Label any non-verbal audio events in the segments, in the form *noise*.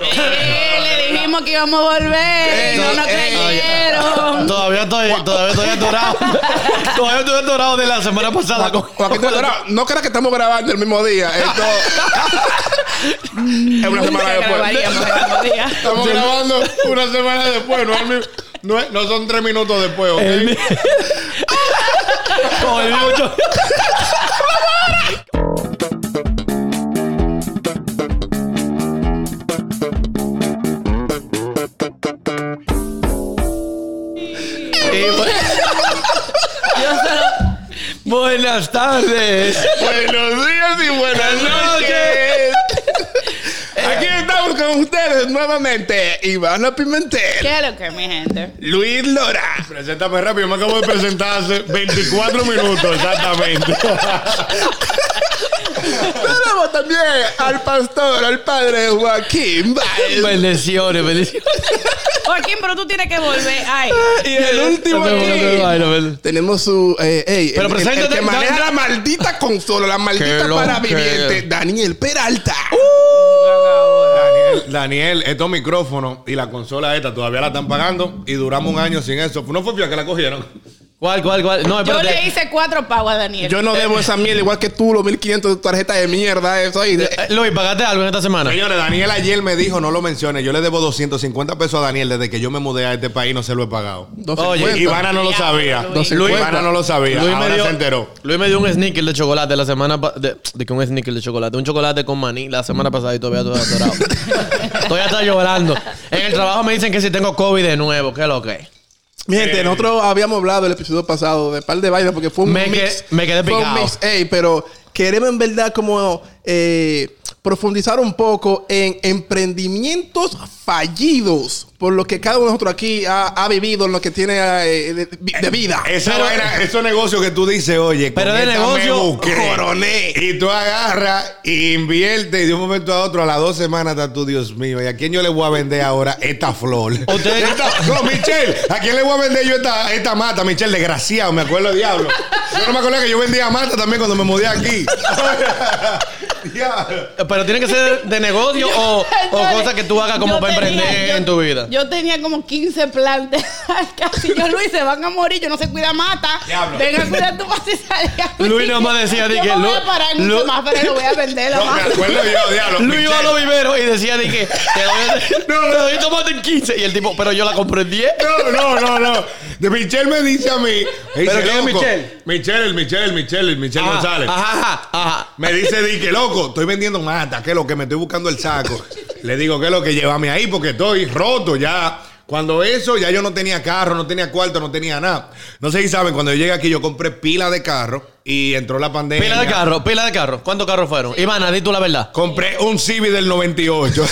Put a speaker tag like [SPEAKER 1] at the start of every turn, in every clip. [SPEAKER 1] Eh, le dijimos que íbamos a volver.
[SPEAKER 2] Ey,
[SPEAKER 1] no nos
[SPEAKER 2] ey,
[SPEAKER 1] creyeron.
[SPEAKER 3] Todavía estoy, todavía
[SPEAKER 2] *laughs*
[SPEAKER 3] estoy atorado. todavía estoy atorado de la semana pasada.
[SPEAKER 2] Joaquín- Joaquín de Dorado, no creas que estamos grabando el mismo día. Esto es una semana
[SPEAKER 1] Nunca
[SPEAKER 2] después.
[SPEAKER 1] grabaríamos el mismo día.
[SPEAKER 4] Estamos grabando una semana después, no, es mi- no es- no son tres minutos después, ¿ok?
[SPEAKER 3] El mi- Con el mismo cho- Y
[SPEAKER 2] pues-
[SPEAKER 3] *laughs* bu- Buenas tardes.
[SPEAKER 2] Buenos días y buenas noches. Aquí estamos con ustedes nuevamente. Ivana Pimentel,
[SPEAKER 1] ¿Qué es lo que mi gente?
[SPEAKER 2] Luis Lora.
[SPEAKER 4] Preséntame rápido, me acabo de presentar hace 24 minutos exactamente.
[SPEAKER 2] Tenemos también al pastor, al padre Joaquín Baez.
[SPEAKER 3] Bendiciones, bendiciones.
[SPEAKER 1] Joaquín, pero tú tienes que volver. Ay,
[SPEAKER 2] Y el último
[SPEAKER 3] No te- no te
[SPEAKER 2] aquí.
[SPEAKER 3] vayas, bend-
[SPEAKER 2] Tenemos su. Eh, ey, el-
[SPEAKER 3] Pero
[SPEAKER 2] el, el
[SPEAKER 3] preséntate,
[SPEAKER 2] que maneja
[SPEAKER 3] Dan-
[SPEAKER 2] la maldita consola, la maldita
[SPEAKER 3] Qué lo-
[SPEAKER 2] para
[SPEAKER 4] eh.
[SPEAKER 2] viviente, Daniel Peralta. Uh.
[SPEAKER 4] Daniel, Daniel, estos micrófonos y la consola esta todavía la están pagando y duramos un año sin eso. No fue fía que la cogieron.
[SPEAKER 3] ¿Cuál, cuál, cuál? No,
[SPEAKER 1] yo
[SPEAKER 3] espérate.
[SPEAKER 1] le hice cuatro pagos a Daniel. *laughs*
[SPEAKER 2] Yo no debo esa miel igual que tú, los 1500 de tarjeta de mierda, eso ahí.
[SPEAKER 3] Eh, Luis, ¿pagaste algo en esta semana?
[SPEAKER 4] Señores, Daniel ayer me dijo, no lo menciones, yo le debo 250 pesos a Daniel desde que yo me mudé a este país, no se lo he pagado.
[SPEAKER 3] Oye,
[SPEAKER 2] Oye,
[SPEAKER 4] Ivana no lo sabía.
[SPEAKER 1] Luis.
[SPEAKER 4] Ivana no lo sabía. Ahora se enteró.
[SPEAKER 3] Luis me dio un sneaker de chocolate la semana pasada. De, de que un sneaker de chocolate. Un chocolate con maní la semana pasada y todavía estoy
[SPEAKER 4] *laughs*
[SPEAKER 3] atorado. estoy hasta llorando. En el trabajo me dicen que si tengo COVID de nuevo, ¿qué es lo que es?
[SPEAKER 2] mi
[SPEAKER 3] Eh,
[SPEAKER 2] gente, nosotros habíamos hablado el episodio pasado de par de vainas porque fue un
[SPEAKER 3] Me
[SPEAKER 2] mix.
[SPEAKER 3] que- me quedé
[SPEAKER 2] Fue un
[SPEAKER 3] picado.
[SPEAKER 2] mix, ey, pero queremos en verdad como eh, profundizar un poco en emprendimientos fallidos por lo que cada uno de nosotros aquí ha, ha vivido, lo que tiene eh, de, de vida.
[SPEAKER 4] Esa
[SPEAKER 3] Pero- eh,
[SPEAKER 4] vaina, esos negocios que tú dices, oye,
[SPEAKER 3] Pero
[SPEAKER 4] con
[SPEAKER 3] de
[SPEAKER 4] esta
[SPEAKER 3] negocio,
[SPEAKER 4] me busqué.
[SPEAKER 2] coroné.
[SPEAKER 4] Y tú agarras y inviertes y de un momento a otro, a las dos semanas, estás tú, Dios mío, ¿y a quién yo le voy a vender ahora esta flor?
[SPEAKER 3] Ustedes-
[SPEAKER 4] *laughs* Esta- no, Michelle, ¿a quién le voy a vender yo esta, esta mata? Michelle, desgraciado, me acuerdo, diablo. Yo no me acuerdo que yo vendía mata también cuando me mudé aquí. *laughs* Diablo.
[SPEAKER 3] Eh, Pero tiene que ser
[SPEAKER 1] *laughs*
[SPEAKER 3] de negocio o, o
[SPEAKER 1] Entonces,
[SPEAKER 3] cosas que tú hagas como
[SPEAKER 1] yo
[SPEAKER 3] para
[SPEAKER 1] tenía-
[SPEAKER 3] emprender
[SPEAKER 1] yo-
[SPEAKER 3] en tu vida.
[SPEAKER 1] Yo tenía como 15 plantas. *laughs* Casi yo, Luis, se van a morir. Yo no sé cuida mata.
[SPEAKER 4] Diablo.
[SPEAKER 1] Venga a cuidar tu paz y salga.
[SPEAKER 3] Luis nomás decía de
[SPEAKER 1] Yo
[SPEAKER 3] que
[SPEAKER 1] me voy
[SPEAKER 3] Lu-
[SPEAKER 1] a parar en un
[SPEAKER 3] Lu-
[SPEAKER 1] semáforo y lo voy a vender la
[SPEAKER 4] No, me
[SPEAKER 1] mata.
[SPEAKER 4] acuerdo yo, diablo.
[SPEAKER 3] Luis iba a
[SPEAKER 4] Michelle.
[SPEAKER 3] los viveros y decía de que te doy,
[SPEAKER 4] *laughs*
[SPEAKER 3] te doy tomate en 15. Y el tipo, pero yo la compré en 10.
[SPEAKER 4] No, no, no, no. De Michelle me dice a mí. me
[SPEAKER 3] ¿Pero
[SPEAKER 4] dice,
[SPEAKER 3] quién es
[SPEAKER 4] "Loco,
[SPEAKER 3] Michelle? Ah,
[SPEAKER 4] Michelle, el Michelle, el Michelle, el Michelle
[SPEAKER 3] Ajá,
[SPEAKER 4] González.
[SPEAKER 3] Ajá, ajá, ajá.
[SPEAKER 4] Me dice, di que loco, estoy vendiendo mata, que es lo que me estoy buscando el saco. Le digo, que es lo que llévame ahí porque estoy roto ya. Cuando eso, ya yo no tenía carro, no tenía cuarto, no tenía nada. No sé si saben, cuando yo llegué aquí, yo compré pila de carro y entró la pandemia.
[SPEAKER 3] Pila de carro, pila de carro. ¿Cuántos carros fueron? Ivana, di tú la verdad.
[SPEAKER 4] Compré un Civic del 98.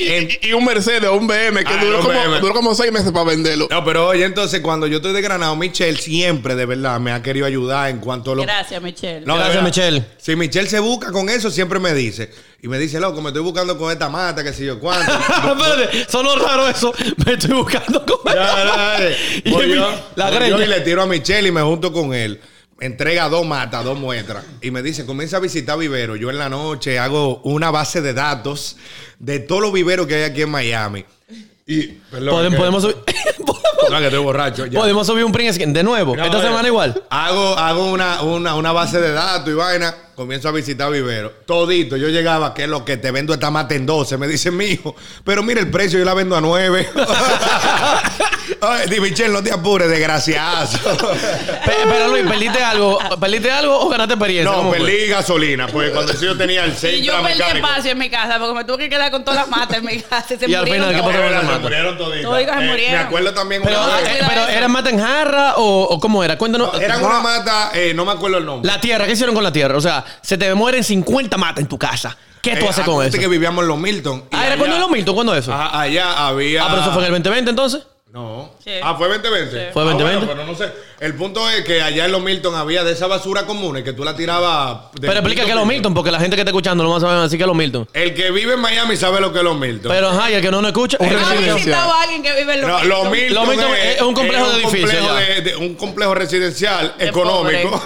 [SPEAKER 2] Y, y un Mercedes o un BM que
[SPEAKER 4] Ah,
[SPEAKER 2] duró,
[SPEAKER 4] un
[SPEAKER 2] como,
[SPEAKER 4] BM.
[SPEAKER 2] duró como seis meses para venderlo.
[SPEAKER 4] *laughs* No, pero oye, entonces cuando yo estoy de Granado, Michelle siempre, de verdad, me ha querido ayudar en cuanto a lo
[SPEAKER 1] Gracias, Michelle.
[SPEAKER 4] No, de
[SPEAKER 3] Gracias,
[SPEAKER 4] verdad.
[SPEAKER 3] Michelle.
[SPEAKER 4] Si Michelle se busca con eso, siempre me dice. Y me dice, loco, me estoy buscando con esta mata, que sé yo
[SPEAKER 3] *laughs*
[SPEAKER 4] cuánto.
[SPEAKER 3] Espérate, sonó raro eso. Me estoy buscando con
[SPEAKER 4] Ya, ya, ya.
[SPEAKER 3] *laughs* Y
[SPEAKER 4] Voy
[SPEAKER 3] mi-
[SPEAKER 4] yo,
[SPEAKER 3] la
[SPEAKER 4] voy
[SPEAKER 3] greña.
[SPEAKER 4] yo y le tiro a Michelle y me junto con él. Entrega dos matas, dos muestras. Y me dice, comienza a visitar viveros. Yo en la noche hago una base de datos de todos los viveros que hay aquí en Miami. Y, perdón,
[SPEAKER 3] Podem-
[SPEAKER 4] que-
[SPEAKER 3] podemos, subir, *laughs*
[SPEAKER 4] No, que estoy borracho. ya.
[SPEAKER 3] podemos subir un print screen de nuevo.
[SPEAKER 4] No,
[SPEAKER 3] Esta
[SPEAKER 4] oye,
[SPEAKER 3] semana igual.
[SPEAKER 4] Hago, hago una, una, una base de datos y vaina. Comienzo a visitar Vivero. Todito. Yo llegaba, que es lo que te vendo esta mata en 12. Me dice mi hijo, pero mira el precio, yo la vendo a 9.
[SPEAKER 3] *laughs*
[SPEAKER 4] Oye, di, Michelle, no te
[SPEAKER 3] *laughs*
[SPEAKER 4] apures, desgraciado.
[SPEAKER 3] Pe- pero Luis, ¿perdiste algo? ¿Perdiste algo o ganaste experiencia?
[SPEAKER 4] no,
[SPEAKER 3] ¿Cómo fue?
[SPEAKER 4] perdí gasolina, pues cuando yo tenía el
[SPEAKER 1] Y yo
[SPEAKER 4] centro
[SPEAKER 1] perdí
[SPEAKER 4] mecánico.
[SPEAKER 1] espacio en mi casa porque me tuve que quedar con todas las matas en mi *laughs* casa. Se
[SPEAKER 3] Y al
[SPEAKER 1] murieron
[SPEAKER 3] final, ¿qué
[SPEAKER 1] todas.
[SPEAKER 3] pasó con la
[SPEAKER 4] Se
[SPEAKER 3] mata?
[SPEAKER 4] murieron toditas.
[SPEAKER 1] Toditas se
[SPEAKER 4] Eh, Me
[SPEAKER 1] murieron.
[SPEAKER 4] acuerdo también
[SPEAKER 3] Pero,
[SPEAKER 4] una
[SPEAKER 1] No,
[SPEAKER 3] eh,
[SPEAKER 4] vez.
[SPEAKER 1] cuida
[SPEAKER 3] pero
[SPEAKER 1] eso.
[SPEAKER 3] ¿era mata en jarra o, o cómo era? Cuéntanos.
[SPEAKER 4] Era una mata, eh, no me acuerdo el nombre.
[SPEAKER 3] La tierra, ¿qué hicieron con la tierra? O sea, se te mueren 50 matas en tu casa. ¿Qué tú
[SPEAKER 4] Eh,
[SPEAKER 3] haces con
[SPEAKER 4] acuérdate
[SPEAKER 3] eso?
[SPEAKER 4] que vivíamos en los Milton. y
[SPEAKER 3] Ah, ¿era
[SPEAKER 4] allá-
[SPEAKER 3] cuando era los Milton? ¿Cuándo eso?
[SPEAKER 4] Ah, allá había.
[SPEAKER 3] Ah, pero eso fue en el 2020 entonces.
[SPEAKER 4] No.
[SPEAKER 1] Sí.
[SPEAKER 4] Ah, fue 2020.
[SPEAKER 3] Fue
[SPEAKER 4] Ah,
[SPEAKER 3] 2020.
[SPEAKER 4] bueno, pero no sé. El punto es que allá en los Milton había de esa basura común y que tú la tirabas. de
[SPEAKER 3] Pero explica
[SPEAKER 4] Milton
[SPEAKER 3] que los Milton, porque la gente que está escuchando no más sabe así que los Milton.
[SPEAKER 4] El que vive en Miami sabe lo que es los Milton.
[SPEAKER 3] Pero ajá, y el que no nos escucha.
[SPEAKER 2] Un
[SPEAKER 3] es-
[SPEAKER 1] ¿Has
[SPEAKER 2] residencia.
[SPEAKER 1] visitado a Ah, alguien que vive en los
[SPEAKER 4] No, los Milton,
[SPEAKER 3] Los Milton es un complejo de edificios
[SPEAKER 4] complejo
[SPEAKER 3] allá.
[SPEAKER 4] de- de- un complejo residencial
[SPEAKER 1] De
[SPEAKER 4] *laughs* económico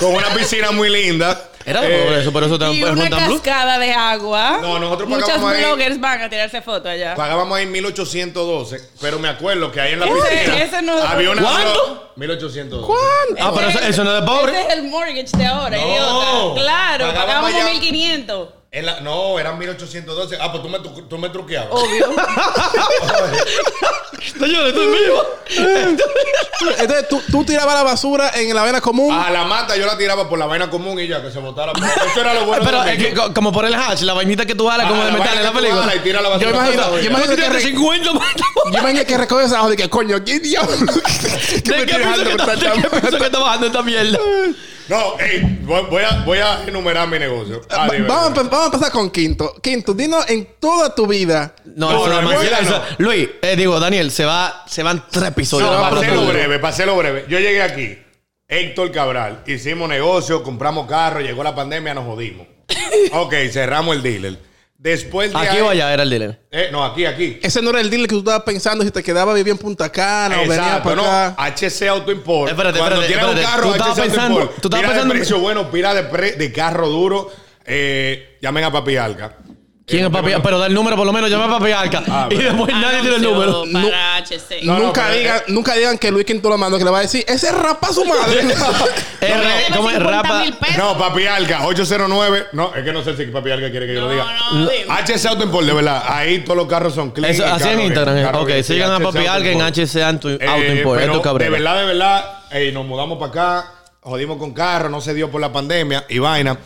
[SPEAKER 4] con una piscina muy linda.
[SPEAKER 3] Era de
[SPEAKER 4] Eh,
[SPEAKER 3] pobre eso, por eso te
[SPEAKER 1] Y
[SPEAKER 3] es
[SPEAKER 1] una
[SPEAKER 3] Fontainebleau.
[SPEAKER 1] cascada de agua.
[SPEAKER 4] No, nosotros
[SPEAKER 1] Muchas
[SPEAKER 4] pagamos ahí-
[SPEAKER 1] bloggers van a tirarse fotos allá.
[SPEAKER 4] Pagábamos ahí 1812, pero me acuerdo que ahí en la
[SPEAKER 1] Ese-
[SPEAKER 4] piscina
[SPEAKER 1] ese no-
[SPEAKER 4] había una
[SPEAKER 3] ¿Cuánto?
[SPEAKER 4] 1812.
[SPEAKER 3] Ah, pero eso, eso no es de
[SPEAKER 1] Ese
[SPEAKER 3] pobre.
[SPEAKER 1] es el mortgage de ahora,
[SPEAKER 4] No.
[SPEAKER 1] idiota. Claro,
[SPEAKER 4] Pagaba
[SPEAKER 1] pagábamos
[SPEAKER 4] allá.
[SPEAKER 1] 1500.
[SPEAKER 4] En la- no, eran 1812. Ah, pues tú me, tru- tú me truqueabas.
[SPEAKER 1] Obvio. *laughs*
[SPEAKER 3] Señores, estoy vivo.
[SPEAKER 2] Entonces tú, tú tirabas la basura en la vena común.
[SPEAKER 3] Ah.
[SPEAKER 4] A la mata yo la tiraba por la vaina común y ya que se botara. *laughs* Eso era lo bueno.
[SPEAKER 3] Pero eh, es
[SPEAKER 4] de
[SPEAKER 3] que co- como por el hatch, la vainita que tú jalas,
[SPEAKER 4] Ah,
[SPEAKER 3] como de
[SPEAKER 4] la
[SPEAKER 3] metal
[SPEAKER 4] vaina
[SPEAKER 3] en la
[SPEAKER 4] que tú jalas y
[SPEAKER 3] película.
[SPEAKER 4] tira la basura
[SPEAKER 2] Yo imagino-
[SPEAKER 4] por la
[SPEAKER 2] yo
[SPEAKER 4] olla.
[SPEAKER 2] imagino-
[SPEAKER 3] Tú tienes 50
[SPEAKER 4] *laughs*
[SPEAKER 2] Yo imagino que recoge esa hoja de que coño, ¿qué diablo? *laughs* ¿Qué
[SPEAKER 3] ¿De
[SPEAKER 2] me
[SPEAKER 3] qué
[SPEAKER 2] estoy
[SPEAKER 3] pienso
[SPEAKER 2] dejando
[SPEAKER 3] que
[SPEAKER 2] por
[SPEAKER 3] está-
[SPEAKER 2] tanta
[SPEAKER 3] de qué pienso que está bajando esta mierda?
[SPEAKER 4] No, ey, voy, voy a, voy a enumerar mi negocio. Ah,
[SPEAKER 2] Va-
[SPEAKER 4] dime.
[SPEAKER 2] vamos, a empe- vamos a empezar con Quinto. Quinto, dinos en toda tu vida.
[SPEAKER 3] No,
[SPEAKER 4] No,
[SPEAKER 3] eso
[SPEAKER 4] no,
[SPEAKER 3] no,
[SPEAKER 4] no,
[SPEAKER 3] eso-
[SPEAKER 4] no.
[SPEAKER 3] Luis, eh, digo, Daniel, se va, se van tres episodios.
[SPEAKER 4] No,
[SPEAKER 3] Vamos
[SPEAKER 4] para
[SPEAKER 3] a
[SPEAKER 4] hacerlo
[SPEAKER 3] otro.
[SPEAKER 4] breve, para hacerlo breve. Yo llegué aquí, Héctor Cabral, hicimos negocio, compramos carro, llegó la pandemia,
[SPEAKER 3] *laughs*
[SPEAKER 4] nos jodimos. ok, cerramos el dealer. Después de
[SPEAKER 3] Aquí
[SPEAKER 4] ahí-
[SPEAKER 3] o allá era el dilema.
[SPEAKER 4] Eh, no, aquí, aquí.
[SPEAKER 2] Ese no era el deal que tú estabas pensando si te quedaba vivir en Punta
[SPEAKER 3] Ah,
[SPEAKER 2] Cana o venía
[SPEAKER 4] Exacto,
[SPEAKER 2] para
[SPEAKER 4] no. ah,
[SPEAKER 2] acá.
[SPEAKER 4] HC Auto Import.
[SPEAKER 3] Espérate,
[SPEAKER 4] Cuando
[SPEAKER 3] espérate,
[SPEAKER 4] tienes un
[SPEAKER 3] espérate.
[SPEAKER 4] carro,
[SPEAKER 3] Tú estabas
[SPEAKER 4] HC Auto
[SPEAKER 3] pensando-
[SPEAKER 4] Import.
[SPEAKER 3] tú estabas
[SPEAKER 4] pira
[SPEAKER 3] pensando-
[SPEAKER 4] de precio bueno, pira de, pre- de carro duro. Eh, llamen a Papi Alca.
[SPEAKER 3] ¿Quién
[SPEAKER 4] Eh,
[SPEAKER 3] es papi? Pero da el número, por lo menos, llama a papi Alca.
[SPEAKER 4] Ah,
[SPEAKER 3] y
[SPEAKER 4] pero-
[SPEAKER 3] después nadie tiene el
[SPEAKER 1] Anuncio
[SPEAKER 3] número.
[SPEAKER 2] No.
[SPEAKER 1] Para HC.
[SPEAKER 4] No, no,
[SPEAKER 2] nunca,
[SPEAKER 4] pero- eh,
[SPEAKER 2] digan, nunca digan que Luis Quinto lo mandó, que le va a decir, ese rapa su madre.
[SPEAKER 4] *laughs*
[SPEAKER 3] R, Eh, ¿Cómo es? Rapa.
[SPEAKER 4] No, Papi Alca, 809. No, es que no sé si Papi Alca quiere que yo lo diga.
[SPEAKER 1] No, dime.
[SPEAKER 4] HC Auto Import, de verdad. Ahí todos los carros son clean.
[SPEAKER 3] Eso,
[SPEAKER 4] el
[SPEAKER 3] así
[SPEAKER 4] carro
[SPEAKER 3] en
[SPEAKER 4] bien,
[SPEAKER 3] Instagram. eh.
[SPEAKER 4] carro
[SPEAKER 3] ok,
[SPEAKER 4] bien, sí,
[SPEAKER 3] sigan a
[SPEAKER 4] HC
[SPEAKER 3] Papi
[SPEAKER 4] Auto
[SPEAKER 3] Alca en
[SPEAKER 4] Import.
[SPEAKER 3] HC Auto
[SPEAKER 4] Eh,
[SPEAKER 3] Auto Import.
[SPEAKER 4] pero
[SPEAKER 3] Esto
[SPEAKER 4] de
[SPEAKER 3] cabrón.
[SPEAKER 4] verdad, de verdad, eh, nos mudamos para acá, jodimos con carro, no se dio por la pandemia y vaina.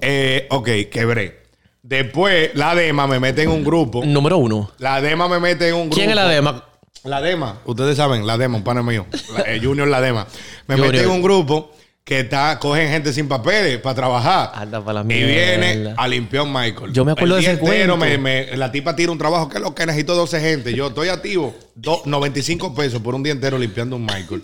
[SPEAKER 4] Eh, ok, quebré. Después, la DEMA me mete en un grupo.
[SPEAKER 3] Número uno.
[SPEAKER 4] La DEMA me mete en un grupo.
[SPEAKER 3] ¿Quién es la dema?
[SPEAKER 4] La DEMA. Ustedes saben, la DEMA, un pana mío. La- eh, Junior La DEMA.
[SPEAKER 3] *laughs*
[SPEAKER 4] Me
[SPEAKER 3] Junior.
[SPEAKER 4] mete en un grupo que está, cogen gente sin papeles para trabajar.
[SPEAKER 3] Anda pa' la
[SPEAKER 4] y
[SPEAKER 3] Ah, mierda.
[SPEAKER 4] viene a limpiar Michael.
[SPEAKER 3] Yo me acuerdo
[SPEAKER 4] El
[SPEAKER 3] de
[SPEAKER 4] día
[SPEAKER 3] ese
[SPEAKER 4] entero
[SPEAKER 3] cuento.
[SPEAKER 4] me- me- La tipa tira un trabajo que es lo que necesito 12 gente. Yo estoy activo. do- 95 pesos por un día entero limpiando un
[SPEAKER 3] *laughs*
[SPEAKER 4] Michael.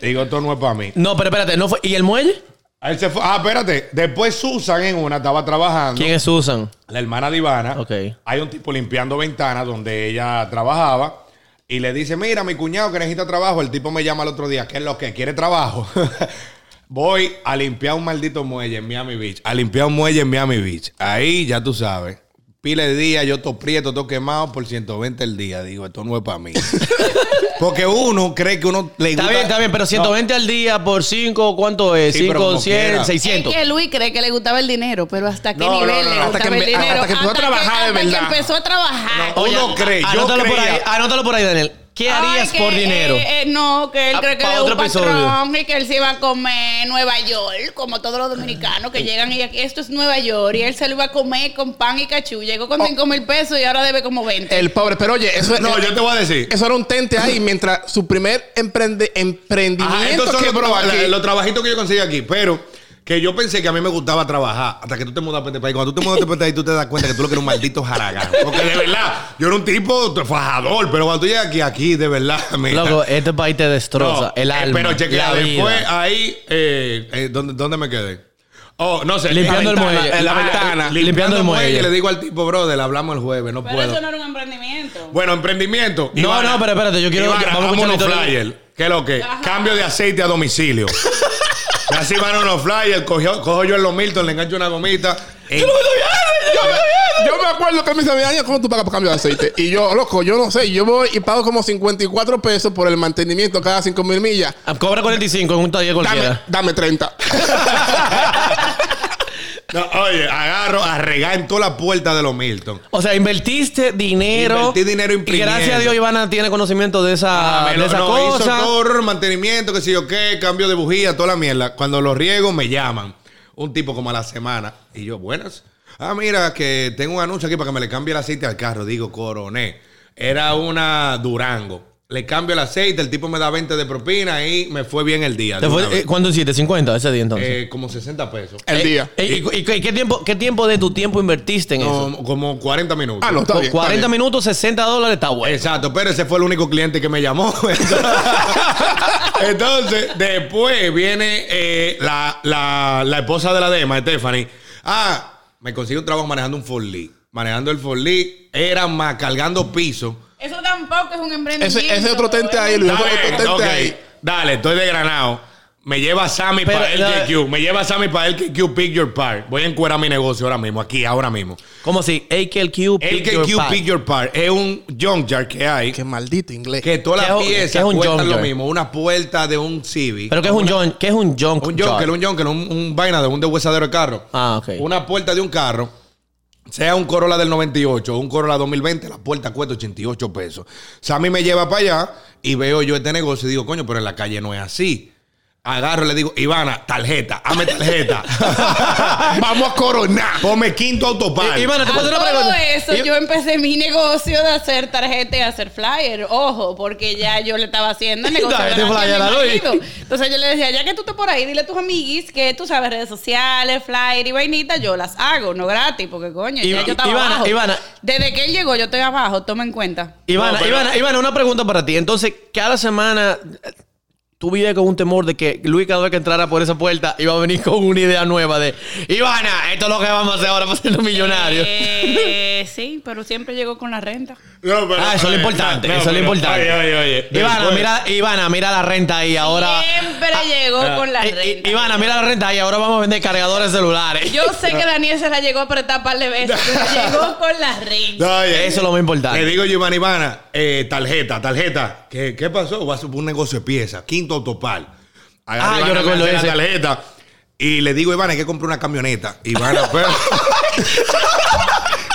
[SPEAKER 4] Digo, esto no es para mí.
[SPEAKER 3] No, pero espérate, ¿no fue? ¿Y el muelle?
[SPEAKER 4] A él se fue- Ah, espérate. Después Susan en una estaba trabajando.
[SPEAKER 3] ¿Quién es Susan?
[SPEAKER 4] La hermana de Ivana.
[SPEAKER 3] Ok.
[SPEAKER 4] Hay un tipo limpiando ventanas donde ella trabajaba. Y le dice, mira, mi cuñado que necesita trabajo. El tipo me llama el otro día. ¿Qué es lo que? ¿Quiere trabajo? *laughs* Voy a limpiar un maldito muelle en Miami Beach. A limpiar un muelle en Miami Beach. Ahí ya tú sabes. Pile de día, yo to prieto, to quemado por 120 el día. Digo, esto no es para mí. *laughs* Porque uno cree que uno le
[SPEAKER 3] Está
[SPEAKER 4] gusta-
[SPEAKER 3] bien, está bien, pero 120 al día por 5, ¿cuánto es?
[SPEAKER 4] Sí, pero
[SPEAKER 3] 5,
[SPEAKER 4] como
[SPEAKER 3] 100,
[SPEAKER 4] quiera.
[SPEAKER 1] Es
[SPEAKER 3] 600.
[SPEAKER 1] que Luis cree que le gustaba el dinero, pero hasta qué
[SPEAKER 4] No, no,
[SPEAKER 1] nivel
[SPEAKER 4] no, no,
[SPEAKER 1] le
[SPEAKER 4] hasta
[SPEAKER 2] que
[SPEAKER 1] gustaba el
[SPEAKER 2] empe-
[SPEAKER 1] dinero.
[SPEAKER 2] hasta que empezó a trabajar de
[SPEAKER 1] hasta que
[SPEAKER 2] verdad.
[SPEAKER 1] empezó a trabajar.
[SPEAKER 4] No, uno cree, yo
[SPEAKER 3] anótalo por
[SPEAKER 4] creía-
[SPEAKER 3] ahí, anótalo por ahí, Daniel. ¿Qué harías
[SPEAKER 1] Ay, que,
[SPEAKER 3] por dinero?
[SPEAKER 1] eh, eh, no, que él
[SPEAKER 3] Ah,
[SPEAKER 1] cree que
[SPEAKER 3] pa'
[SPEAKER 1] era
[SPEAKER 3] otro
[SPEAKER 1] un patrón
[SPEAKER 3] episodio.
[SPEAKER 1] y que él se iba a comer Nueva York, como todos los dominicanos que llegan y aquí, esto es Nueva York, y él se lo iba a comer con pan y cachú. Llegó
[SPEAKER 3] Oh.
[SPEAKER 1] con 5 mil pesos y ahora debe como
[SPEAKER 3] Eh,
[SPEAKER 1] 20.
[SPEAKER 2] el pobre, pero oye, eso,
[SPEAKER 4] No, yo te voy a decir.
[SPEAKER 2] eso era un tente ahí, mientras su primer emprende-
[SPEAKER 4] Ajá,
[SPEAKER 2] emprendimiento
[SPEAKER 4] estos son los,
[SPEAKER 2] quebró
[SPEAKER 4] traba-
[SPEAKER 2] aquí.
[SPEAKER 4] la- los trabajitos que yo conseguí aquí, pero que yo pensé que a mí me gustaba trabajar hasta que tú te mudas para este país. Cuando tú te mudas para este país, tú te das cuenta que tú lo que eres un maldito jaragán. Porque de verdad, yo era un tipo fajador, pero cuando tú llegas aquí, aquí, de verdad, *laughs*
[SPEAKER 1] eh,
[SPEAKER 4] mira.
[SPEAKER 3] Loco, este país te destroza.
[SPEAKER 4] No,
[SPEAKER 3] el
[SPEAKER 4] eh,
[SPEAKER 3] alma.
[SPEAKER 4] Pero chequea,
[SPEAKER 3] la vida.
[SPEAKER 4] después ahí, eh, eh, ¿dónde, dónde me quedé? Oh, no sé.
[SPEAKER 3] Limpiando el muelle,
[SPEAKER 4] en
[SPEAKER 3] la ventana, limpiando el muelle.
[SPEAKER 4] Le digo al tipo, brother, hablamos el jueves, no
[SPEAKER 1] pero
[SPEAKER 4] puedo.
[SPEAKER 1] eso no era un emprendimiento.
[SPEAKER 4] Bueno, emprendimiento.
[SPEAKER 3] No, no, pero espérate, yo quiero-
[SPEAKER 4] Ivana,
[SPEAKER 3] vamos a
[SPEAKER 4] hazme
[SPEAKER 3] escuchar
[SPEAKER 4] unos
[SPEAKER 3] la historia.
[SPEAKER 4] flyer. ¿Qué es lo que?
[SPEAKER 1] Ajá.
[SPEAKER 4] Cambio de aceite
[SPEAKER 3] *laughs*
[SPEAKER 4] a domicilio. Así van unos flyers, cogió- cojo yo en los Milton, le engancho una gomita. Eh,
[SPEAKER 2] Yo me acuerdo que me dice, Daniel, ¿cómo tú pagas por cambio de aceite? Y yo, loco, yo no sé. Yo voy y pago como 54 pesos por el mantenimiento cada 5 mil millas.
[SPEAKER 3] Ah, Cobra 45 en un taller
[SPEAKER 2] Dame,
[SPEAKER 3] cualquiera.
[SPEAKER 2] dame
[SPEAKER 3] *laughs*
[SPEAKER 2] 30.
[SPEAKER 4] no, oye, agarro a regar en toda la puerta de los Milton.
[SPEAKER 3] O sea, invertiste dinero.
[SPEAKER 4] Invertí dinero
[SPEAKER 3] Y gracias a
[SPEAKER 4] imprimiendo.
[SPEAKER 3] Dios, Ivana tiene conocimiento de esa,
[SPEAKER 4] Ah, me
[SPEAKER 3] de
[SPEAKER 4] lo-
[SPEAKER 3] esa
[SPEAKER 4] no, hizo
[SPEAKER 3] cosa.
[SPEAKER 4] todo, mantenimiento, que sé yo qué, cambio de bujía, toda la mierda. Cuando los riego me llaman. Un tipo como a la semana. Y yo, buenas. Ah, mira, que tengo un anuncio aquí para que me le cambie el aceite al carro. Digo, coroné. Era una Durango. Le cambio el aceite, el tipo me da 20 de propina y me fue bien el día.
[SPEAKER 3] Te
[SPEAKER 4] de
[SPEAKER 3] fue-
[SPEAKER 4] una vez.
[SPEAKER 3] eh, ¿Cuánto hiciste? 50 ese día entonces.
[SPEAKER 4] Eh, como 60 pesos.
[SPEAKER 2] El
[SPEAKER 3] Eh,
[SPEAKER 2] día.
[SPEAKER 3] eh, y, y- y- qué, tiempo, qué tiempo de tu tiempo invertiste en eso?
[SPEAKER 4] Como, como 40 minutos.
[SPEAKER 2] Ah, no, está
[SPEAKER 3] Con
[SPEAKER 2] bien. está
[SPEAKER 3] 40
[SPEAKER 2] bien.
[SPEAKER 3] minutos, 60 dólares, está bueno.
[SPEAKER 4] Exacto, pero ese fue el único cliente que me llamó. *laughs* Entonces, después viene eh, la, la- la esposa de la Dema, Stephanie. Ah, me consigue un trabajo manejando un Forlí. Manejando el Forlí, era más cargando piso.
[SPEAKER 1] Eso tampoco es un emprendimiento.
[SPEAKER 2] Ese- ese otro tente ahí, Luis.
[SPEAKER 4] Está
[SPEAKER 2] Yo
[SPEAKER 4] bien,
[SPEAKER 2] contento
[SPEAKER 4] ok.
[SPEAKER 2] ahí.
[SPEAKER 4] Dale, estoy de granado. Me lleva Sammy
[SPEAKER 3] Pero,
[SPEAKER 4] para el
[SPEAKER 3] la-
[SPEAKER 4] KQ. Me lleva Sammy para el KQ Picture Park. Voy a encuerar mi negocio ahora mismo, aquí, ahora mismo.
[SPEAKER 3] ¿Cómo así? AKLQ
[SPEAKER 4] El
[SPEAKER 3] Pick Your
[SPEAKER 4] KQ
[SPEAKER 3] Pack.
[SPEAKER 4] Picture Park es un junkyard que hay.
[SPEAKER 2] Qué maldito inglés.
[SPEAKER 4] Que todas
[SPEAKER 3] ¿Qué es
[SPEAKER 4] las
[SPEAKER 3] un- qué
[SPEAKER 4] piezas
[SPEAKER 3] es un
[SPEAKER 4] cuestan lo
[SPEAKER 3] junkyard?
[SPEAKER 4] mismo. Una puerta de un Civic.
[SPEAKER 3] ¿Pero qué es un junk? ¿Qué es un junk?
[SPEAKER 4] Un
[SPEAKER 3] jar?
[SPEAKER 4] junker, un junker, un, un vaina de un deshuesadero de carro.
[SPEAKER 3] Ah, ok.
[SPEAKER 4] Una puerta de un carro, sea un Corolla del 98 o un Corolla 2020, la puerta cuesta 88 pesos. Sammy me lleva para allá y veo yo este negocio y digo, coño, pero en la calle no es así. Agarro y le digo, Ivana, tarjeta,
[SPEAKER 3] *laughs*
[SPEAKER 4] hazme tarjeta. *laughs* Vamos a coronar. Ponme quinto autopar.
[SPEAKER 3] I- Ivana, te
[SPEAKER 1] A
[SPEAKER 3] puedo hacer una
[SPEAKER 1] Ah, todo
[SPEAKER 3] pregunta.
[SPEAKER 1] eso,
[SPEAKER 3] I-
[SPEAKER 1] yo empecé mi negocio de hacer tarjeta y hacer flyer. Ojo, porque ya yo le estaba
[SPEAKER 3] *laughs*
[SPEAKER 1] haciendo el negocio.
[SPEAKER 3] Tarjeta y
[SPEAKER 1] grande a mi
[SPEAKER 3] flyer, la doy.
[SPEAKER 1] marido. Entonces yo le decía, ya que tú estás por ahí, dile a tus amiguis que tú sabes redes sociales, flyer y vainita, yo las hago, no gratis, porque coño,
[SPEAKER 3] Iva-
[SPEAKER 1] ya yo estaba
[SPEAKER 3] Ivana,
[SPEAKER 1] abajo.
[SPEAKER 3] Ivana.
[SPEAKER 1] Desde que él llegó, yo estoy abajo, toma en cuenta.
[SPEAKER 3] Ivana,
[SPEAKER 4] No, pero-
[SPEAKER 3] Ivana, Ivana, una pregunta para ti. Entonces, cada semana eh, tú vives con un temor de que Luis cada vez que entrara por esa puerta iba a venir con una idea nueva de Ivana, esto es lo que vamos a hacer ahora para ser millonarios.
[SPEAKER 1] Eh, sí, pero siempre llegó con la renta.
[SPEAKER 4] No, pero-
[SPEAKER 3] Ah, eso es lo importante,
[SPEAKER 4] No,
[SPEAKER 3] eso es lo
[SPEAKER 4] pero-
[SPEAKER 3] importante.
[SPEAKER 4] Oye, oye, oye.
[SPEAKER 3] Ivana,
[SPEAKER 4] Después-
[SPEAKER 3] mira, Ivana, mira la renta ahí ahora.
[SPEAKER 1] siempre llegó
[SPEAKER 4] Ah.
[SPEAKER 1] con la
[SPEAKER 3] I- I-
[SPEAKER 1] renta.
[SPEAKER 3] Ivana, mira la renta ahí ahora vamos a vender cargadores celulares.
[SPEAKER 1] Yo sé que Daniel se la llegó a apretar un par de veces, pero
[SPEAKER 3] *laughs*
[SPEAKER 1] llegó con la renta.
[SPEAKER 4] No, oye,
[SPEAKER 3] Eso es lo más importante.
[SPEAKER 4] Le digo yo, Iván Ivana, eh, tarjeta, tarjeta. ¿Qué, ¿Qué pasó? Voy a hacer un negocio de piezas, quinto autopal. Agarra
[SPEAKER 3] Ah,
[SPEAKER 4] Ivana,
[SPEAKER 3] yo recuerdo
[SPEAKER 4] me hace la
[SPEAKER 3] ese.
[SPEAKER 4] tarjeta. Y le digo, Ivana, hay que comprar una camioneta. Ivana,
[SPEAKER 3] *laughs*
[SPEAKER 4] pero.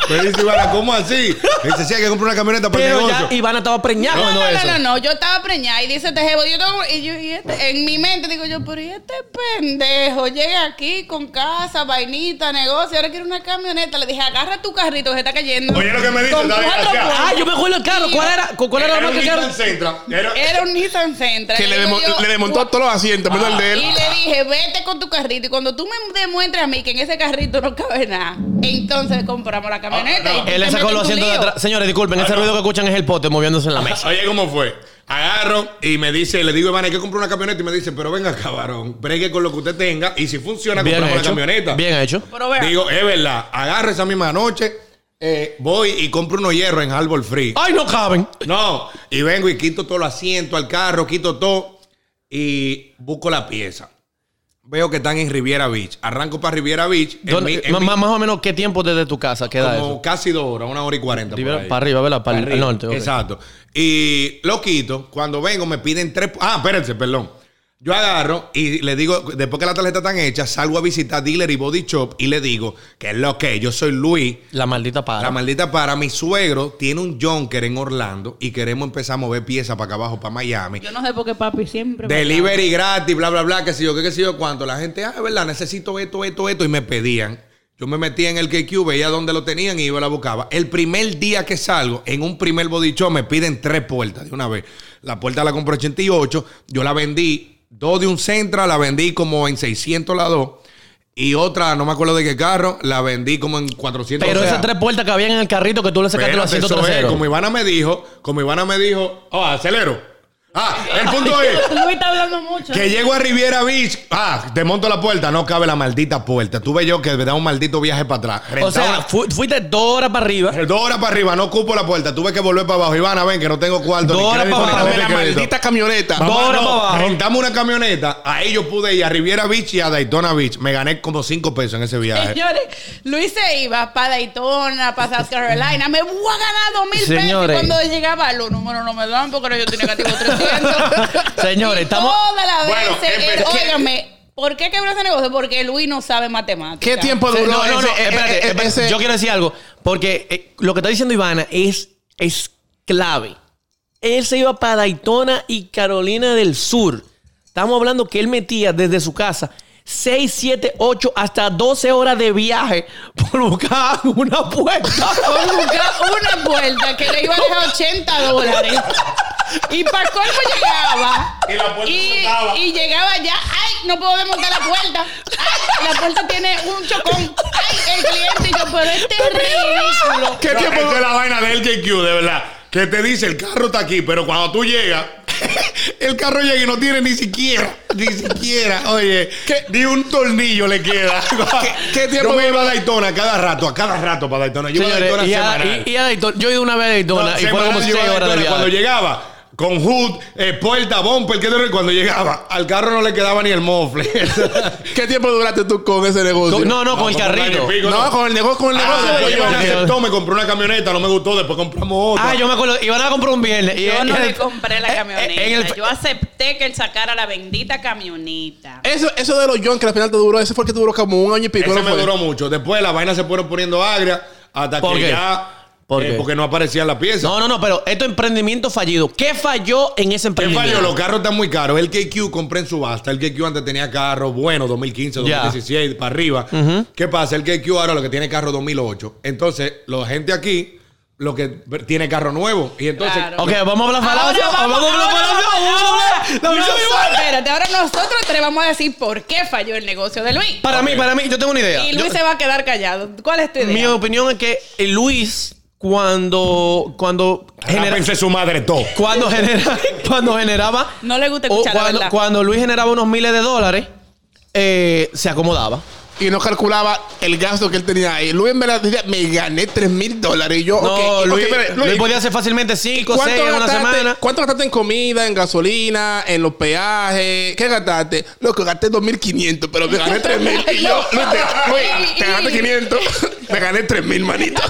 [SPEAKER 4] Me dice Ivana, ¿cómo así? Me dice, sí, hay que comprar una camioneta para el
[SPEAKER 3] Pero
[SPEAKER 4] negocio.
[SPEAKER 3] ya Ivana estaba preñada
[SPEAKER 1] No,
[SPEAKER 3] cuando
[SPEAKER 1] no,
[SPEAKER 3] eso.
[SPEAKER 1] no, no, no, yo estaba preñada y dice este jevo, yo tengo- y yo- y este- en mi mente digo yo, pero ¿y este pendejo llega aquí con casa, vainita, negocio, ahora quiere una camioneta, le dije, agarra tu carrito que se está cayendo.
[SPEAKER 4] Oye, lo que me dice,
[SPEAKER 1] Con
[SPEAKER 4] está
[SPEAKER 1] cuatro
[SPEAKER 4] desgraciado.
[SPEAKER 1] puertas.
[SPEAKER 3] Ah, yo me acuerdo el carro. ¿Cuál era, cu- cuál era la
[SPEAKER 4] Era
[SPEAKER 3] marca
[SPEAKER 4] un
[SPEAKER 3] del carro?
[SPEAKER 4] Nissan Sentra. Era-
[SPEAKER 3] Eh,
[SPEAKER 1] Era un Nissan Sentra.
[SPEAKER 2] Que
[SPEAKER 1] Y
[SPEAKER 2] le,
[SPEAKER 1] digo
[SPEAKER 2] demo-
[SPEAKER 1] yo, Ah,
[SPEAKER 2] le desmontó todos los asientos, menos el de
[SPEAKER 1] Y
[SPEAKER 2] él.
[SPEAKER 1] le dije, vete con tu carrito. Y cuando tú me demuestres a mí que en ese carrito no cabe nada, entonces compramos la camioneta. y
[SPEAKER 4] Ah, no.
[SPEAKER 1] tú
[SPEAKER 3] Él
[SPEAKER 1] te
[SPEAKER 3] le sacó
[SPEAKER 1] metes
[SPEAKER 3] los
[SPEAKER 1] en tu
[SPEAKER 3] asientos de
[SPEAKER 1] lío.
[SPEAKER 3] atrás. Señores, disculpen, ese
[SPEAKER 4] Ah, no. Ah,
[SPEAKER 3] ruido que escuchan es el pote moviéndose en la mesa.
[SPEAKER 4] Oye, ¿cómo fue? Agarro y me dice, le digo, Iván, hay que comprar una camioneta. Y me dice, pero venga, cabrón, bregue con lo que usted tenga. Y si funciona,
[SPEAKER 3] Bien
[SPEAKER 4] compramos la
[SPEAKER 3] hecho.
[SPEAKER 4] camioneta.
[SPEAKER 3] Bien hecho.
[SPEAKER 1] Pero vea,
[SPEAKER 4] Digo, es verdad, agarro esa misma noche, eh, voy y compro unos hierros en Arbor Free.
[SPEAKER 3] Ay, no caben.
[SPEAKER 4] No, y vengo y quito todos los asientos al carro, quito todo y busco la pieza. Veo que están en Riviera Beach. Arranco para Riviera Beach. en
[SPEAKER 3] ¿Dónde-
[SPEAKER 4] mi- en
[SPEAKER 3] ma-
[SPEAKER 4] mi-
[SPEAKER 3] ma- más o menos, ¿qué tiempo desde tu casa queda
[SPEAKER 4] como
[SPEAKER 3] eso?
[SPEAKER 4] casi dos horas, una hora y cuarenta. por
[SPEAKER 3] Rivera-
[SPEAKER 4] ahí.
[SPEAKER 3] para arriba, ¿verdad? Para el-
[SPEAKER 4] Arriba,
[SPEAKER 3] al norte, ok.
[SPEAKER 4] Exacto. Y lo quito. Cuando vengo, me piden tres. Ah, espérense, perdón. Yo agarro y le digo, después que la tarjeta están hecha, salgo a visitar Dealer y Body Shop y le digo que es lo que es. yo soy Luis.
[SPEAKER 3] La maldita para.
[SPEAKER 4] La maldita para mi suegro tiene un Junker en Orlando y queremos empezar a mover piezas para acá abajo, para Miami.
[SPEAKER 1] yo no sé por qué papi siempre... me-
[SPEAKER 4] Delivery gratis, bla, bla, bla, qué sé yo, qué, qué sé yo, cuánto. La gente, ah, es verdad, necesito esto, esto, esto, y me pedían. Yo me metía en el KQ, veía dónde lo tenían y iba a la buscaba. El primer día que salgo, en un primer bodichón, me piden tres puertas de una vez. La puerta la compré 88, yo la vendí, dos de un Centra, la vendí como en 600 la dos. Y otra, no me acuerdo de qué carro, la vendí como en 400.
[SPEAKER 3] Pero
[SPEAKER 4] o sea,
[SPEAKER 3] esas tres puertas que habían en el carrito que tú le sacaste los
[SPEAKER 4] Espérate,
[SPEAKER 3] asientos
[SPEAKER 4] eso es,
[SPEAKER 3] traseros.
[SPEAKER 4] Como Ivana me dijo, como Ivana me dijo, oh, acelero. Ah, el punto es
[SPEAKER 1] *laughs* Luis está hablando mucho.
[SPEAKER 4] que llego a Riviera Beach. Ah, te monto la puerta, no cabe la maldita puerta. Tuve yo que me da un maldito viaje para atrás.
[SPEAKER 3] O
[SPEAKER 4] Rentaba
[SPEAKER 3] sea, fu- fuiste dos horas para arriba.
[SPEAKER 4] una- dos horas para arriba, no cupo la puerta. Tuve que volver para abajo. Ivana, ven, que no tengo cuarto.
[SPEAKER 3] Dos
[SPEAKER 4] ni
[SPEAKER 3] horas
[SPEAKER 4] crédito,
[SPEAKER 3] para
[SPEAKER 4] ni
[SPEAKER 3] abajo.
[SPEAKER 4] tarjeta
[SPEAKER 2] la
[SPEAKER 4] de crédito.
[SPEAKER 2] maldita camioneta.
[SPEAKER 3] Dos
[SPEAKER 4] Mamá,
[SPEAKER 3] horas
[SPEAKER 4] no,
[SPEAKER 3] para abajo.
[SPEAKER 4] Rentamos una camioneta. Ahí yo pude ir a Riviera Beach y a Daytona Beach. Me gané como cinco pesos en ese
[SPEAKER 1] *laughs*
[SPEAKER 4] viaje.
[SPEAKER 1] Señores, Luis se iba para Daytona, para South Carolina. Me voy a ganar dos mil pesos.
[SPEAKER 3] Señores.
[SPEAKER 1] Y Cuando llegaba, los números no me dan porque yo tenía negativo 300.
[SPEAKER 3] *laughs* *laughs* Señores,
[SPEAKER 1] Y
[SPEAKER 3] estamos-
[SPEAKER 1] Todas las
[SPEAKER 4] Bueno,
[SPEAKER 1] veces. él-
[SPEAKER 4] empecé-
[SPEAKER 1] Óigame, ¿por qué quebró ese negocio? Porque Luis no sabe matemáticas.
[SPEAKER 2] ¿Qué tiempo
[SPEAKER 3] Sí,
[SPEAKER 2] duró
[SPEAKER 3] no, no, no,
[SPEAKER 2] ese-
[SPEAKER 3] espérate,
[SPEAKER 2] eh, eh,
[SPEAKER 3] espérate.
[SPEAKER 2] ese-
[SPEAKER 3] Yo quiero decir algo, porque eh, lo que está diciendo Ivana es, es clave. Él se iba para Daytona y Carolina del Sur. Estamos hablando que él metía desde su casa 6, 7, 8, hasta 12 horas de viaje por buscar una puerta.
[SPEAKER 1] Por buscar una puerta que le iba a dejar 80
[SPEAKER 3] *laughs*
[SPEAKER 1] dólares. Y para colmo llegaba.
[SPEAKER 4] Y la puerta
[SPEAKER 1] y-
[SPEAKER 4] explotaba.
[SPEAKER 1] y llegaba ya. ¡Ay! No puedo desmontar la puerta. ¡Ay! La puerta tiene un chocón. ¡Ay! El cliente. Y yo, pero este es ridículo.
[SPEAKER 2] ¿Qué
[SPEAKER 4] No,
[SPEAKER 2] tiempo
[SPEAKER 4] esto es la vaina del JQ, de verdad. Que te dice, el carro está aquí, pero cuando tú llegas, *laughs* el carro llega y no tiene ni siquiera, ni siquiera, oye, ni un tornillo
[SPEAKER 3] *laughs*
[SPEAKER 4] le queda.
[SPEAKER 2] ¿Qué- qué tiempo
[SPEAKER 4] *laughs* Yo me iba a Daytona cada rato, a cada rato para Daytona. *laughs* Yo iba a
[SPEAKER 3] Señores,
[SPEAKER 4] Daytona
[SPEAKER 3] y a-
[SPEAKER 4] semanal.
[SPEAKER 3] y- y a Daytona- yo he ido una vez a Daytona
[SPEAKER 4] No,
[SPEAKER 3] y fue
[SPEAKER 4] semanal
[SPEAKER 3] como
[SPEAKER 4] yo iba
[SPEAKER 3] 6 horas
[SPEAKER 4] a
[SPEAKER 3] de
[SPEAKER 4] Daytona.
[SPEAKER 3] viaje.
[SPEAKER 4] Cuando llegaba, con hood, eh, puerta, bumper, que cuando llegaba, al carro no le quedaba ni el mofle. *laughs*
[SPEAKER 2] ¿Qué tiempo duraste tú con ese negocio?
[SPEAKER 3] Con- no, no, con el
[SPEAKER 4] como un año
[SPEAKER 3] carrito.
[SPEAKER 4] y pico,
[SPEAKER 2] No, con el negocio, con el negocio. de-
[SPEAKER 4] Ah, después Iván
[SPEAKER 3] ok.
[SPEAKER 4] aceptó, me compró una camioneta, no me gustó, después compramos otra.
[SPEAKER 3] Ah, yo me acuerdo, Iván la compró un viernes. y-
[SPEAKER 1] Yo no
[SPEAKER 3] en
[SPEAKER 1] le
[SPEAKER 3] el-
[SPEAKER 1] compré la
[SPEAKER 3] eh,
[SPEAKER 1] camioneta.
[SPEAKER 3] en el-
[SPEAKER 1] Yo acepté que él sacara la bendita camioneta.
[SPEAKER 2] Eso, eso de los John que al final te duró, ese fue el que te duró como un año y pico.
[SPEAKER 4] Ese
[SPEAKER 2] ¿no
[SPEAKER 4] me
[SPEAKER 2] fue?
[SPEAKER 4] duró mucho. Después las vainas se fueron poniendo agria hasta
[SPEAKER 3] ¿Por
[SPEAKER 4] que
[SPEAKER 3] qué?
[SPEAKER 4] ya.
[SPEAKER 3] ¿Por
[SPEAKER 4] eh,
[SPEAKER 3] qué?
[SPEAKER 4] Porque no aparecían las piezas.
[SPEAKER 3] No, no, no, pero esto emprendimiento fallido. ¿Qué falló en ese
[SPEAKER 4] ¿Qué
[SPEAKER 3] emprendimiento?
[SPEAKER 4] fallo? Los carros están muy caros. El KQ compré en subasta. El KQ antes tenía carros buenos, 2015,
[SPEAKER 3] Ya.
[SPEAKER 4] 2016, para arriba. ¿Qué pasa? El KQ ahora lo que tiene carro 2008. Entonces, la gente aquí lo que tiene carro nuevo. Y entonces.
[SPEAKER 1] Claro.
[SPEAKER 3] Ok, vamos a hablar
[SPEAKER 1] Ahora
[SPEAKER 3] falacia.
[SPEAKER 1] vamos-
[SPEAKER 3] Vamos a hablar
[SPEAKER 1] ahora
[SPEAKER 3] falacia.
[SPEAKER 1] vamos-
[SPEAKER 3] Vamos a hablar- la visión
[SPEAKER 1] Nosotros-
[SPEAKER 3] igual.
[SPEAKER 1] Espérate, ahora nosotros tres vamos a decir por qué falló el negocio de Luis.
[SPEAKER 3] Para mí, para mí, yo tengo una idea.
[SPEAKER 1] Y Luis
[SPEAKER 3] Yo-
[SPEAKER 1] se va a quedar callado. ¿Cuál es tu idea?
[SPEAKER 3] mi opinión es que eh, Luis, cuando, cuando, genera-
[SPEAKER 4] Rápense su madre todo.
[SPEAKER 3] cuando, genera- *laughs* cuando generaba,
[SPEAKER 1] No le gusta
[SPEAKER 3] o
[SPEAKER 1] escuchar la
[SPEAKER 3] cuando,
[SPEAKER 1] verdad.
[SPEAKER 3] cuando Luis generaba unos miles de dólares, eh, se acomodaba.
[SPEAKER 2] Y no calculaba el gasto que él tenía ahí. Luis me la decía, me gané 3 mil dólares. Y yo,
[SPEAKER 3] No,
[SPEAKER 2] ok, ok,
[SPEAKER 3] Luis,
[SPEAKER 2] espera,
[SPEAKER 3] Luis podía hacer fácilmente 5, 6
[SPEAKER 2] ¿Cuánto
[SPEAKER 3] en una
[SPEAKER 2] gastaste,
[SPEAKER 3] semana.
[SPEAKER 2] ¿Cuánto gastaste en comida, en gasolina, en los peajes? ¿Qué gastaste? Loco, gasté 2.500, pero me gané *laughs* 3.000. Y yo, Luis, te, *laughs* Luis, te ganaste 500, me gané 3.000, manito.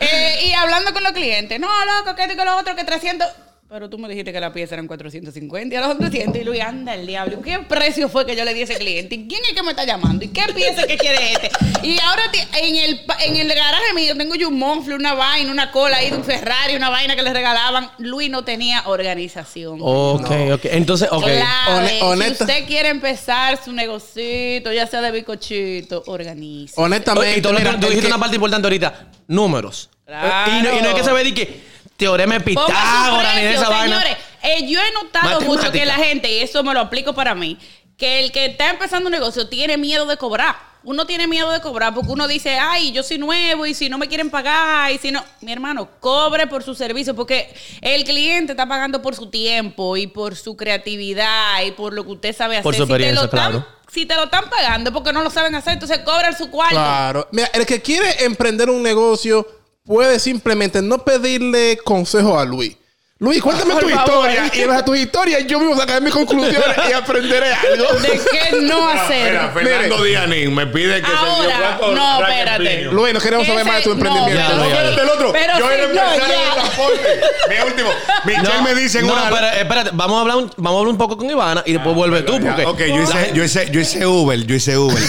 [SPEAKER 1] Eh, y hablando con los clientes, no, loco, que digo lo otro, que 300. Pero tú me dijiste que la pieza eran 450 y ahora son 300. Y Luis, anda el diablo. ¿Y ¿Qué precio fue que yo le di a ese cliente? ¿Y quién es que me está llamando? ¿Y qué pieza que quiere este? Y ahora te- en, el, pa- en el garaje mío tengo yo un monfle, una vaina, una cola ahí de un Ferrari, una vaina que le regalaban. Luis no tenía organización.
[SPEAKER 3] Ok, ok. Entonces, ok.
[SPEAKER 1] Clave.
[SPEAKER 2] Oh, Hone- honesta-
[SPEAKER 1] Si usted quiere empezar su negocito, ya sea de bicochito, organice.
[SPEAKER 2] *laughs* Honestamente,
[SPEAKER 3] Y tú,
[SPEAKER 2] mira,
[SPEAKER 3] tú
[SPEAKER 2] el
[SPEAKER 3] dijiste
[SPEAKER 2] que-
[SPEAKER 3] una parte importante ahorita. Números.
[SPEAKER 1] Claro.
[SPEAKER 3] Y, no, y no hay que saber de que teorema de
[SPEAKER 1] Ponga su
[SPEAKER 3] Pitágoras ni de
[SPEAKER 1] precio,
[SPEAKER 3] esa vaina.
[SPEAKER 1] Señores, eh, yo he notado mucho
[SPEAKER 3] Matemática.
[SPEAKER 1] que la gente, y eso me lo aplico para mí, que el que está empezando un negocio tiene miedo de cobrar. Uno tiene miedo de cobrar porque uno dice, ay, yo soy nuevo y si no me quieren pagar y si no, mi hermano, cobre por su servicio porque el cliente está pagando por su tiempo y por su creatividad y por lo que usted sabe hacer.
[SPEAKER 3] Por su
[SPEAKER 1] Si te lo
[SPEAKER 3] experiencia,
[SPEAKER 1] están-
[SPEAKER 3] claro.
[SPEAKER 1] si te lo están pagando porque no lo saben hacer, entonces cobran su cuarto.
[SPEAKER 2] Claro. Mira, el que quiere emprender un negocio puede simplemente no pedirle consejo a Luis. Luis, cuéntame tu *laughs* historia. Y en base a tu historia yo mismo sacaré mis conclusiones y aprenderé *laughs* algo.
[SPEAKER 1] ¿De qué no hacer?
[SPEAKER 4] Mira, Fernando Dianín me pide que se
[SPEAKER 1] Ahora,
[SPEAKER 4] cuatro
[SPEAKER 1] no,
[SPEAKER 4] rack and
[SPEAKER 1] espérate.
[SPEAKER 4] premium.
[SPEAKER 2] Luis, no queremos saber
[SPEAKER 1] Ese-
[SPEAKER 2] más de tu
[SPEAKER 1] no,
[SPEAKER 2] emprendimiento.
[SPEAKER 3] ya, ya,
[SPEAKER 4] Espérate, el otro.
[SPEAKER 1] Pero
[SPEAKER 4] yo
[SPEAKER 1] sí,
[SPEAKER 4] era
[SPEAKER 1] no,
[SPEAKER 4] empresario
[SPEAKER 1] ya.
[SPEAKER 4] de transporte. Mi último. Michelle me dice en
[SPEAKER 3] no,
[SPEAKER 4] una.
[SPEAKER 3] pero espérate, vamos a hablar un, vamos a hablar un poco con Ivana y después vuelve tú
[SPEAKER 4] Ya,
[SPEAKER 3] porque
[SPEAKER 4] ok, yo hice, yo, hice, yo hice Uber, yo hice Uber. *laughs*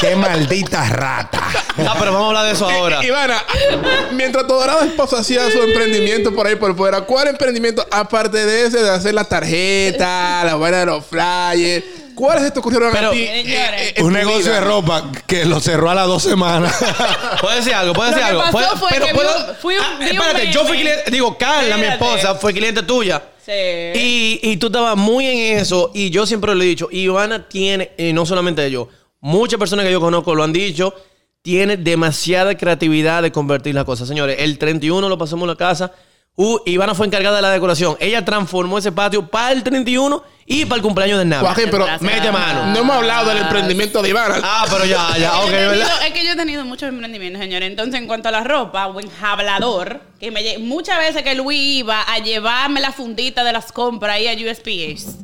[SPEAKER 4] Qué maldita rata.
[SPEAKER 3] Ah, pero vamos a hablar de
[SPEAKER 4] *laughs*
[SPEAKER 3] eso ahora.
[SPEAKER 2] I- Ivana, mientras tu dorada esposa hacía su emprendimiento por ahí por fuera, ¿cuál emprendimiento, aparte de ese, de hacer
[SPEAKER 1] *laughs*
[SPEAKER 2] las tarjetas, las vainas de los flyers, cuáles se te ocurrieron
[SPEAKER 3] Pero-
[SPEAKER 2] a ti?
[SPEAKER 1] Señores.
[SPEAKER 2] en
[SPEAKER 4] Un
[SPEAKER 2] tu
[SPEAKER 4] negocio
[SPEAKER 2] vida?
[SPEAKER 4] de ropa que lo cerró a las dos *laughs* semanas.
[SPEAKER 3] Puede decir algo, puede
[SPEAKER 1] Lo
[SPEAKER 3] decir
[SPEAKER 1] que
[SPEAKER 3] algo.
[SPEAKER 1] pasó
[SPEAKER 3] Puede-
[SPEAKER 1] fue que vi un- fui un-
[SPEAKER 3] Ah,
[SPEAKER 1] vi un
[SPEAKER 3] espérate, yo fui
[SPEAKER 1] meme.
[SPEAKER 3] cliente, digo, Carla, mi
[SPEAKER 1] Espérate.
[SPEAKER 3] esposa, fue cliente tuya.
[SPEAKER 1] Sí.
[SPEAKER 3] Y, y tú estabas muy en eso y yo siempre lo he dicho, Ivana tiene, y no solamente yo, muchas personas que yo conozco lo han dicho, tiene demasiada creatividad de convertir las cosas. Señores, el 31 lo pasamos en la casa, uh, Ivana fue encargada de la decoración, ella transformó ese patio para el 31 y para el cumpleaños de Nava.
[SPEAKER 2] Joaquín, pero
[SPEAKER 1] Gracias.
[SPEAKER 3] Mete mano.
[SPEAKER 2] no hemos hablado del emprendimiento de Ivana.
[SPEAKER 3] Ah, pero ya, ya,
[SPEAKER 1] Yo *laughs*
[SPEAKER 3] ok,
[SPEAKER 1] he tenido-
[SPEAKER 3] ¿verdad?
[SPEAKER 1] es que yo he tenido muchos emprendimientos, señores. Entonces, en cuanto a la ropa, buen hablador, que me lle- muchas veces que Luis iba a llevarme la fundita de las compras ahí a USPS.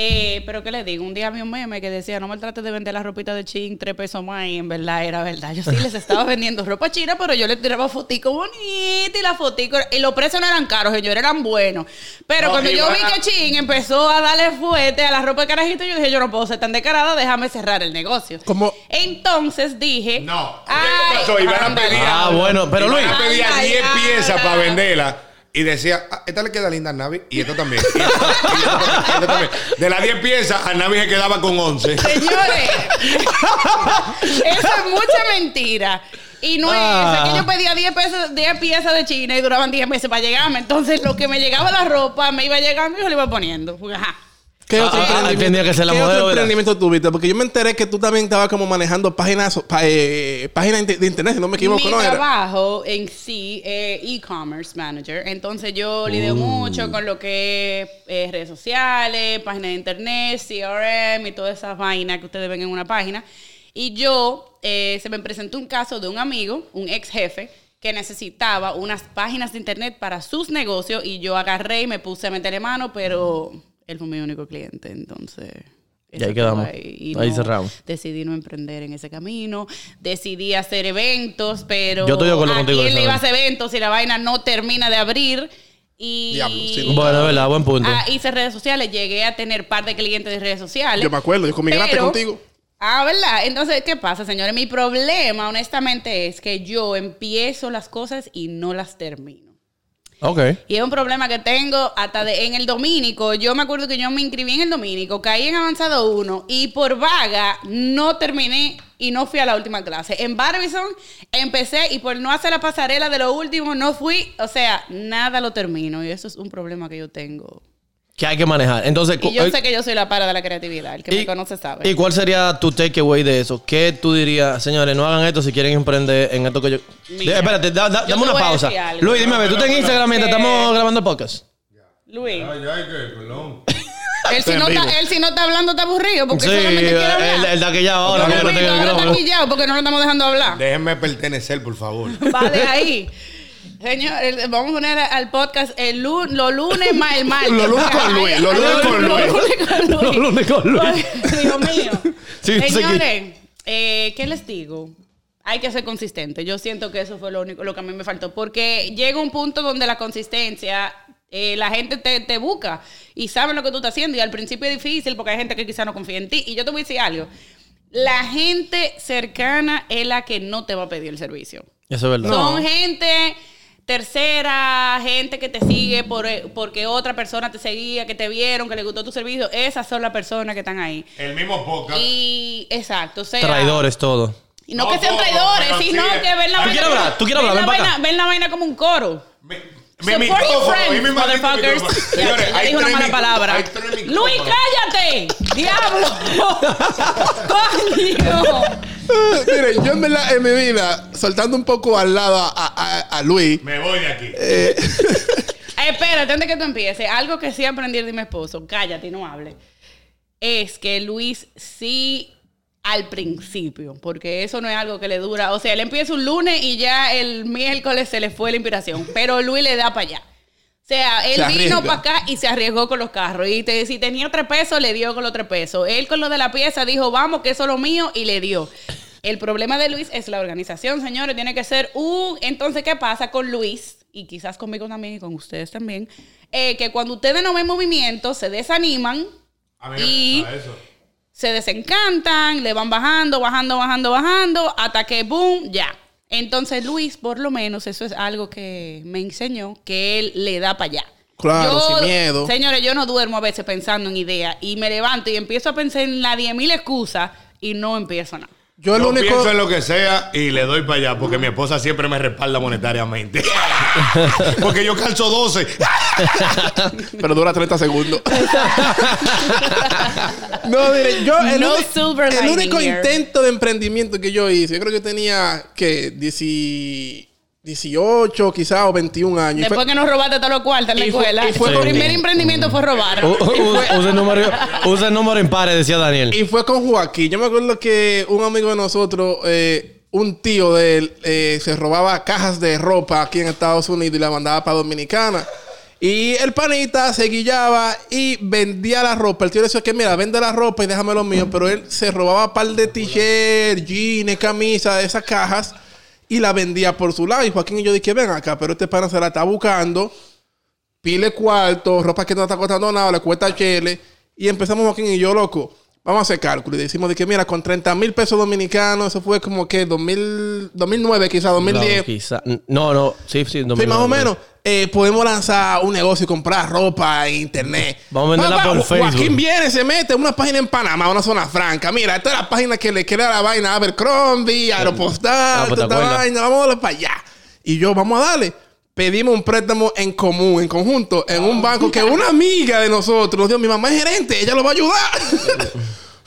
[SPEAKER 1] Eh, pero qué le digo, un día vi un meme que decía, no me trates de vender la ropita de chin tres pesos más y en verdad era verdad. Yo sí les estaba vendiendo ropa china, pero yo les tiraba fotico bonita y la fotico, y los precios no eran caros, señores, eran buenos. Pero
[SPEAKER 4] No,
[SPEAKER 1] cuando
[SPEAKER 4] y
[SPEAKER 1] yo vi
[SPEAKER 4] va-
[SPEAKER 1] que Chin empezó a darle fuerte a la ropa de carajito, yo dije, yo no puedo ser tan descarada, déjame cerrar el negocio.
[SPEAKER 2] ¿Cómo?
[SPEAKER 1] Entonces dije,
[SPEAKER 4] No.
[SPEAKER 1] ay,
[SPEAKER 4] Eso, Ivana
[SPEAKER 1] ándale.
[SPEAKER 4] pedía.
[SPEAKER 3] Ah, bueno, pero Luis.
[SPEAKER 4] Ivana pedía
[SPEAKER 1] Ay,
[SPEAKER 4] 10
[SPEAKER 1] ay,
[SPEAKER 4] piezas
[SPEAKER 1] ay.
[SPEAKER 4] para venderla. Y decía, "Ah, esta le queda linda a Navi. Y esta también. Y esta también, y esta también, y esta también". De las 10 piezas, a Navi se quedaba con 11.
[SPEAKER 1] Señores, eso es mucha mentira. Y no es
[SPEAKER 3] Ah.
[SPEAKER 1] eso, que yo pedía 10 pesos, 10 piezas de China y duraban 10 meses para llegarme. Entonces, lo que me llegaba la ropa, me iba llegando y yo le iba poniendo. Ajá.
[SPEAKER 2] ¿Qué
[SPEAKER 3] Ah,
[SPEAKER 2] otro,
[SPEAKER 3] ah,
[SPEAKER 2] emprendimiento,
[SPEAKER 3] tenía que ser la
[SPEAKER 2] qué otro
[SPEAKER 3] modelo, ¿verdad?
[SPEAKER 2] emprendimiento tuviste? Porque yo me enteré que tú también estabas como manejando páginas, pa- eh, páginas de de internet, si no me equivoco,
[SPEAKER 1] Mi
[SPEAKER 2] ¿no? Era-
[SPEAKER 1] trabajo en sí es e-commerce manager. Entonces yo
[SPEAKER 3] Oh.
[SPEAKER 1] lidio mucho con lo que es eh, redes sociales, páginas de internet, CRM y todas esas vainas que ustedes ven en una página. Y yo eh, se me presentó un caso de un amigo, un ex jefe, que necesitaba unas páginas de internet para sus negocios y yo agarré y me puse a meterle mano, pero él fue mi único cliente, entonces...
[SPEAKER 3] Y ahí
[SPEAKER 1] eso
[SPEAKER 3] quedamos.
[SPEAKER 1] quedó y
[SPEAKER 3] Ahí cerramos.
[SPEAKER 1] Decidí no emprender en ese camino, decidí hacer eventos, pero
[SPEAKER 3] Yo estoy de acuerdo
[SPEAKER 1] ¿a
[SPEAKER 3] contigo,
[SPEAKER 1] quién le iba a
[SPEAKER 3] Isabel.
[SPEAKER 1] hacer eventos si la vaina no termina de abrir? Y,
[SPEAKER 2] Diablo, sí, no.
[SPEAKER 3] Bueno, es verdad, buen punto.
[SPEAKER 1] Ah, hice redes sociales, llegué a tener par de clientes de redes sociales.
[SPEAKER 2] Yo me acuerdo, yo comí gratis
[SPEAKER 1] Pero-
[SPEAKER 2] contigo.
[SPEAKER 1] Ah, ¿verdad? Entonces, ¿qué pasa, señores? Mi problema, honestamente, es que yo empiezo las cosas y no las termino.
[SPEAKER 3] Ok.
[SPEAKER 1] Y es un problema que tengo hasta de- en el dominico. Yo me acuerdo que yo me inscribí en el dominico, caí en avanzado 1 y por vaga no terminé y no fui a la última clase. En Barbizon empecé y por no hacer la pasarela de lo último no fui. O sea, nada lo termino y eso es un problema que yo tengo.
[SPEAKER 3] Que hay que manejar. Entonces,
[SPEAKER 1] Y yo
[SPEAKER 3] eh,
[SPEAKER 1] sé que yo soy la para de la creatividad. El que
[SPEAKER 3] y-
[SPEAKER 1] me conoce sabe.
[SPEAKER 3] ¿Y cuál sería tu takeaway de eso? ¿Qué tú dirías, señores, no hagan esto si quieren emprender en esto que yo.
[SPEAKER 1] Mira,
[SPEAKER 3] Eh, espérate, da- da-
[SPEAKER 1] yo te
[SPEAKER 3] dame una
[SPEAKER 1] voy a
[SPEAKER 3] pausa.
[SPEAKER 1] decir algo.
[SPEAKER 3] Luis, dime a ver, tú estás en Instagram mientras
[SPEAKER 1] Eh,
[SPEAKER 3] estamos grabando el podcast.
[SPEAKER 1] Luis.
[SPEAKER 4] Ay, ay, que, perdón.
[SPEAKER 1] Él si,
[SPEAKER 2] en
[SPEAKER 1] no
[SPEAKER 2] vivo.
[SPEAKER 1] está, él si no está hablando está aburrido porque
[SPEAKER 3] Sí, eh,
[SPEAKER 1] solamente quiere hablar.
[SPEAKER 3] él, él da aquella
[SPEAKER 1] Ahora,
[SPEAKER 3] hora porque no tengo el
[SPEAKER 1] ahora está
[SPEAKER 3] micrófono.
[SPEAKER 1] quillado porque no lo estamos dejando hablar.
[SPEAKER 4] Déjenme pertenecer, por favor.
[SPEAKER 1] Vale, ahí. Señor, el- vamos a poner al podcast el lu- los lunes más el martes.
[SPEAKER 2] Los lunes con Luis, los lunes con Luis.
[SPEAKER 1] Los lunes con Luis.
[SPEAKER 3] Los lunes con Luis.
[SPEAKER 1] Ay, Dios mío.
[SPEAKER 3] Sí, yo sé que-
[SPEAKER 1] Señores, eh, ¿qué les digo? Hay que ser consistente. Yo siento que eso fue lo único, lo que a mí me faltó. Porque llega un punto donde la consistencia, eh, la gente te, te busca y sabe lo que tú estás haciendo. Y al principio es difícil porque hay gente que quizá no confía en ti. Y yo te voy a decir algo. La gente cercana es la que no te va a pedir el servicio.
[SPEAKER 3] Eso es verdad.
[SPEAKER 1] Son gente tercera, gente que te sigue por, eh, porque otra persona te seguía, que te vieron, que le gustó tu servicio. Esas son las personas que están ahí.
[SPEAKER 4] El mismo podcast.
[SPEAKER 1] Y exacto, o sea, *laughs*
[SPEAKER 3] Traidores, todo.
[SPEAKER 1] Y no,
[SPEAKER 4] No,
[SPEAKER 1] que sean
[SPEAKER 4] no,
[SPEAKER 1] traidores,
[SPEAKER 4] pero
[SPEAKER 1] sino
[SPEAKER 4] sí.
[SPEAKER 1] que ven la
[SPEAKER 3] Tú
[SPEAKER 1] vaina.
[SPEAKER 3] quieres
[SPEAKER 1] como-
[SPEAKER 3] hablar, tú quieres hablar,
[SPEAKER 1] ven
[SPEAKER 3] ven
[SPEAKER 1] la
[SPEAKER 3] para
[SPEAKER 1] vaina, ven la vaina como un coro.
[SPEAKER 4] Mi,
[SPEAKER 1] Support your friends,
[SPEAKER 4] *laughs*
[SPEAKER 1] motherfuckers. Ya,
[SPEAKER 4] Señores,
[SPEAKER 1] ya
[SPEAKER 4] hay
[SPEAKER 1] dije una
[SPEAKER 4] tres
[SPEAKER 1] mala
[SPEAKER 4] mic-
[SPEAKER 1] palabra.
[SPEAKER 4] hay tres micrófonos.
[SPEAKER 1] Luis, cállate. Diablo. Coño.
[SPEAKER 2] Ah, Mire, yo en, verdad, en mi vida, saltando un poco al lado a, a- a Luis,
[SPEAKER 4] Me voy de aquí.
[SPEAKER 1] Eh, Espérate, antes que tú empieces, algo que sí aprendí de mi esposo, cállate y no hable, es que Luis sí al principio, porque eso no es algo que le dura. O sea, él empieza un lunes y ya el miércoles se le fue la inspiración,
[SPEAKER 2] *laughs*
[SPEAKER 1] pero Luis le da para allá. O sea, él
[SPEAKER 2] Se
[SPEAKER 1] vino
[SPEAKER 2] arriesga.
[SPEAKER 1] para acá y se arriesgó con los carros. Y te- si tenía tres pesos, le dio con los tres pesos. Él con lo de la pieza dijo, vamos, que eso es lo mío, y le dio. El problema de Luis es la organización, señores. Tiene que ser un... Entonces, ¿qué pasa con Luis? Y quizás conmigo también y con ustedes también. eh, que cuando ustedes no ven movimiento, se desaniman
[SPEAKER 4] A mí
[SPEAKER 1] y
[SPEAKER 4] me gusta eso.
[SPEAKER 1] se desencantan, le van bajando, bajando, bajando, bajando, hasta que boom, ya. Entonces Luis, por lo menos, eso es algo que me enseñó, que él le da para allá.
[SPEAKER 2] Claro, sin miedo.
[SPEAKER 1] Señores, yo no duermo a veces pensando en ideas y me levanto y empiezo a pensar en las 10.000 excusas y no empiezo nada.
[SPEAKER 2] yo el
[SPEAKER 4] Yo
[SPEAKER 2] único.
[SPEAKER 4] pienso en lo que sea y le doy para allá porque mi esposa siempre me respalda monetariamente. *laughs* porque yo calzo 12.
[SPEAKER 2] Pero dura 30 segundos. *laughs* no, mire, yo el,
[SPEAKER 1] No
[SPEAKER 2] uni-
[SPEAKER 1] silver
[SPEAKER 2] el
[SPEAKER 1] lining
[SPEAKER 2] único
[SPEAKER 1] here.
[SPEAKER 2] intento de emprendimiento que yo hice, yo creo que tenía que 18 quizás o 21 años. Y fue-
[SPEAKER 1] Después que nos robaste todos los cuartos en la
[SPEAKER 2] Y fue-
[SPEAKER 1] escuela,
[SPEAKER 2] y fue
[SPEAKER 1] el
[SPEAKER 3] con-
[SPEAKER 1] primer emprendimiento fue robar.
[SPEAKER 3] U- u- Usa el número, usa el número impar, decía Daniel.
[SPEAKER 2] Y fue con Joaquín. Yo me acuerdo que un amigo de nosotros, eh, un tío de él, eh, se robaba cajas de ropa aquí en Estados Unidos y la mandaba para Dominicana. Y el panita se guillaba y vendía la ropa. El tío le decía que mira, vende la ropa y déjame lo mío. Pero él se robaba par de t-shirt, jeans, camisas de esas cajas y la vendía por su lado. Y Joaquín y yo dije, ven acá, pero este pana se la está buscando pile cuarto, ropa que no está costando nada, le cuesta chele. Y empezamos Joaquín y yo, loco, vamos a hacer cálculo. Y decimos de que, mira, con 30 mil pesos dominicanos, eso fue como que 2000, 2009, quizás
[SPEAKER 3] No,
[SPEAKER 2] 2010.
[SPEAKER 3] quizá- No, no, sí, sí.
[SPEAKER 2] Sí, más
[SPEAKER 3] 2009.
[SPEAKER 2] o menos. Eh, podemos lanzar un negocio y comprar ropa en internet.
[SPEAKER 3] Vamos a venderla
[SPEAKER 2] Va, va,
[SPEAKER 3] por
[SPEAKER 2] Jo- Joaquín
[SPEAKER 3] Facebook.
[SPEAKER 2] viene, se mete en una página en Panamá, una zona franca. Mira, esta es la página que le queda la vaina a Abercrombie,
[SPEAKER 3] Ah,
[SPEAKER 2] Aeropostal,
[SPEAKER 3] pues,
[SPEAKER 2] toda esta
[SPEAKER 3] ¿te acuerdas?
[SPEAKER 2] vaina. Vamos a darle para allá. Y yo, vamos a darle. Pedimos un préstamo en común, en
[SPEAKER 3] Ah. *laughs*
[SPEAKER 2] conjunto, en un banco que una amiga de nosotros, Dios, mi mamá es gerente, ella lo va a ayudar.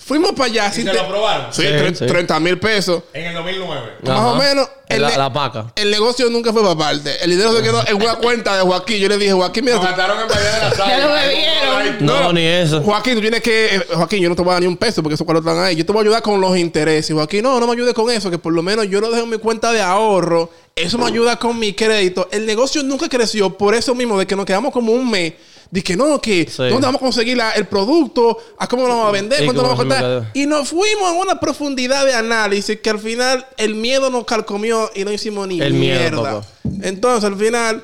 [SPEAKER 2] Fuimos para allá. sin
[SPEAKER 4] se lo aprobaron?
[SPEAKER 2] Sí,
[SPEAKER 3] Sí,
[SPEAKER 2] tre-
[SPEAKER 3] sí.
[SPEAKER 2] 30 mil pesos.
[SPEAKER 4] En el 2009.
[SPEAKER 3] Ajá.
[SPEAKER 2] Más o menos.
[SPEAKER 3] La-
[SPEAKER 2] ne-
[SPEAKER 3] la paca.
[SPEAKER 2] El negocio nunca fue para parte. El dinero se quedó en una cuenta de Joaquín. Yo le dije, Joaquín, mira,
[SPEAKER 4] Nos mataron en Bahía de la
[SPEAKER 1] *laughs*
[SPEAKER 4] Sal.
[SPEAKER 1] Ya lo bebieron.
[SPEAKER 3] No,
[SPEAKER 2] no.
[SPEAKER 3] ni eso.
[SPEAKER 2] Joaquín, tú tienes que. eh, Joaquín, yo no te voy a dar ni un peso porque esos cuartos están ahí. Yo te voy a ayudar con los intereses. Joaquín, no, no me ayudes con eso, que por lo menos yo lo dejo en mi cuenta de ahorro. Eso me ayuda con mi crédito. El negocio nunca creció por eso mismo, de que nos quedamos como un mes. De que no, que
[SPEAKER 3] Sí.
[SPEAKER 2] dónde vamos a conseguir la- el producto, a cómo lo vamos a vender,
[SPEAKER 3] Sí,
[SPEAKER 2] cuánto lo
[SPEAKER 3] cómo
[SPEAKER 2] vamos a
[SPEAKER 3] es el
[SPEAKER 2] costar.
[SPEAKER 3] mercado.
[SPEAKER 2] Y nos fuimos en una profundidad de análisis que al final el miedo nos calcomió y no hicimos ni
[SPEAKER 3] El miedo,
[SPEAKER 2] mierda.
[SPEAKER 3] papá.
[SPEAKER 2] Entonces, al final,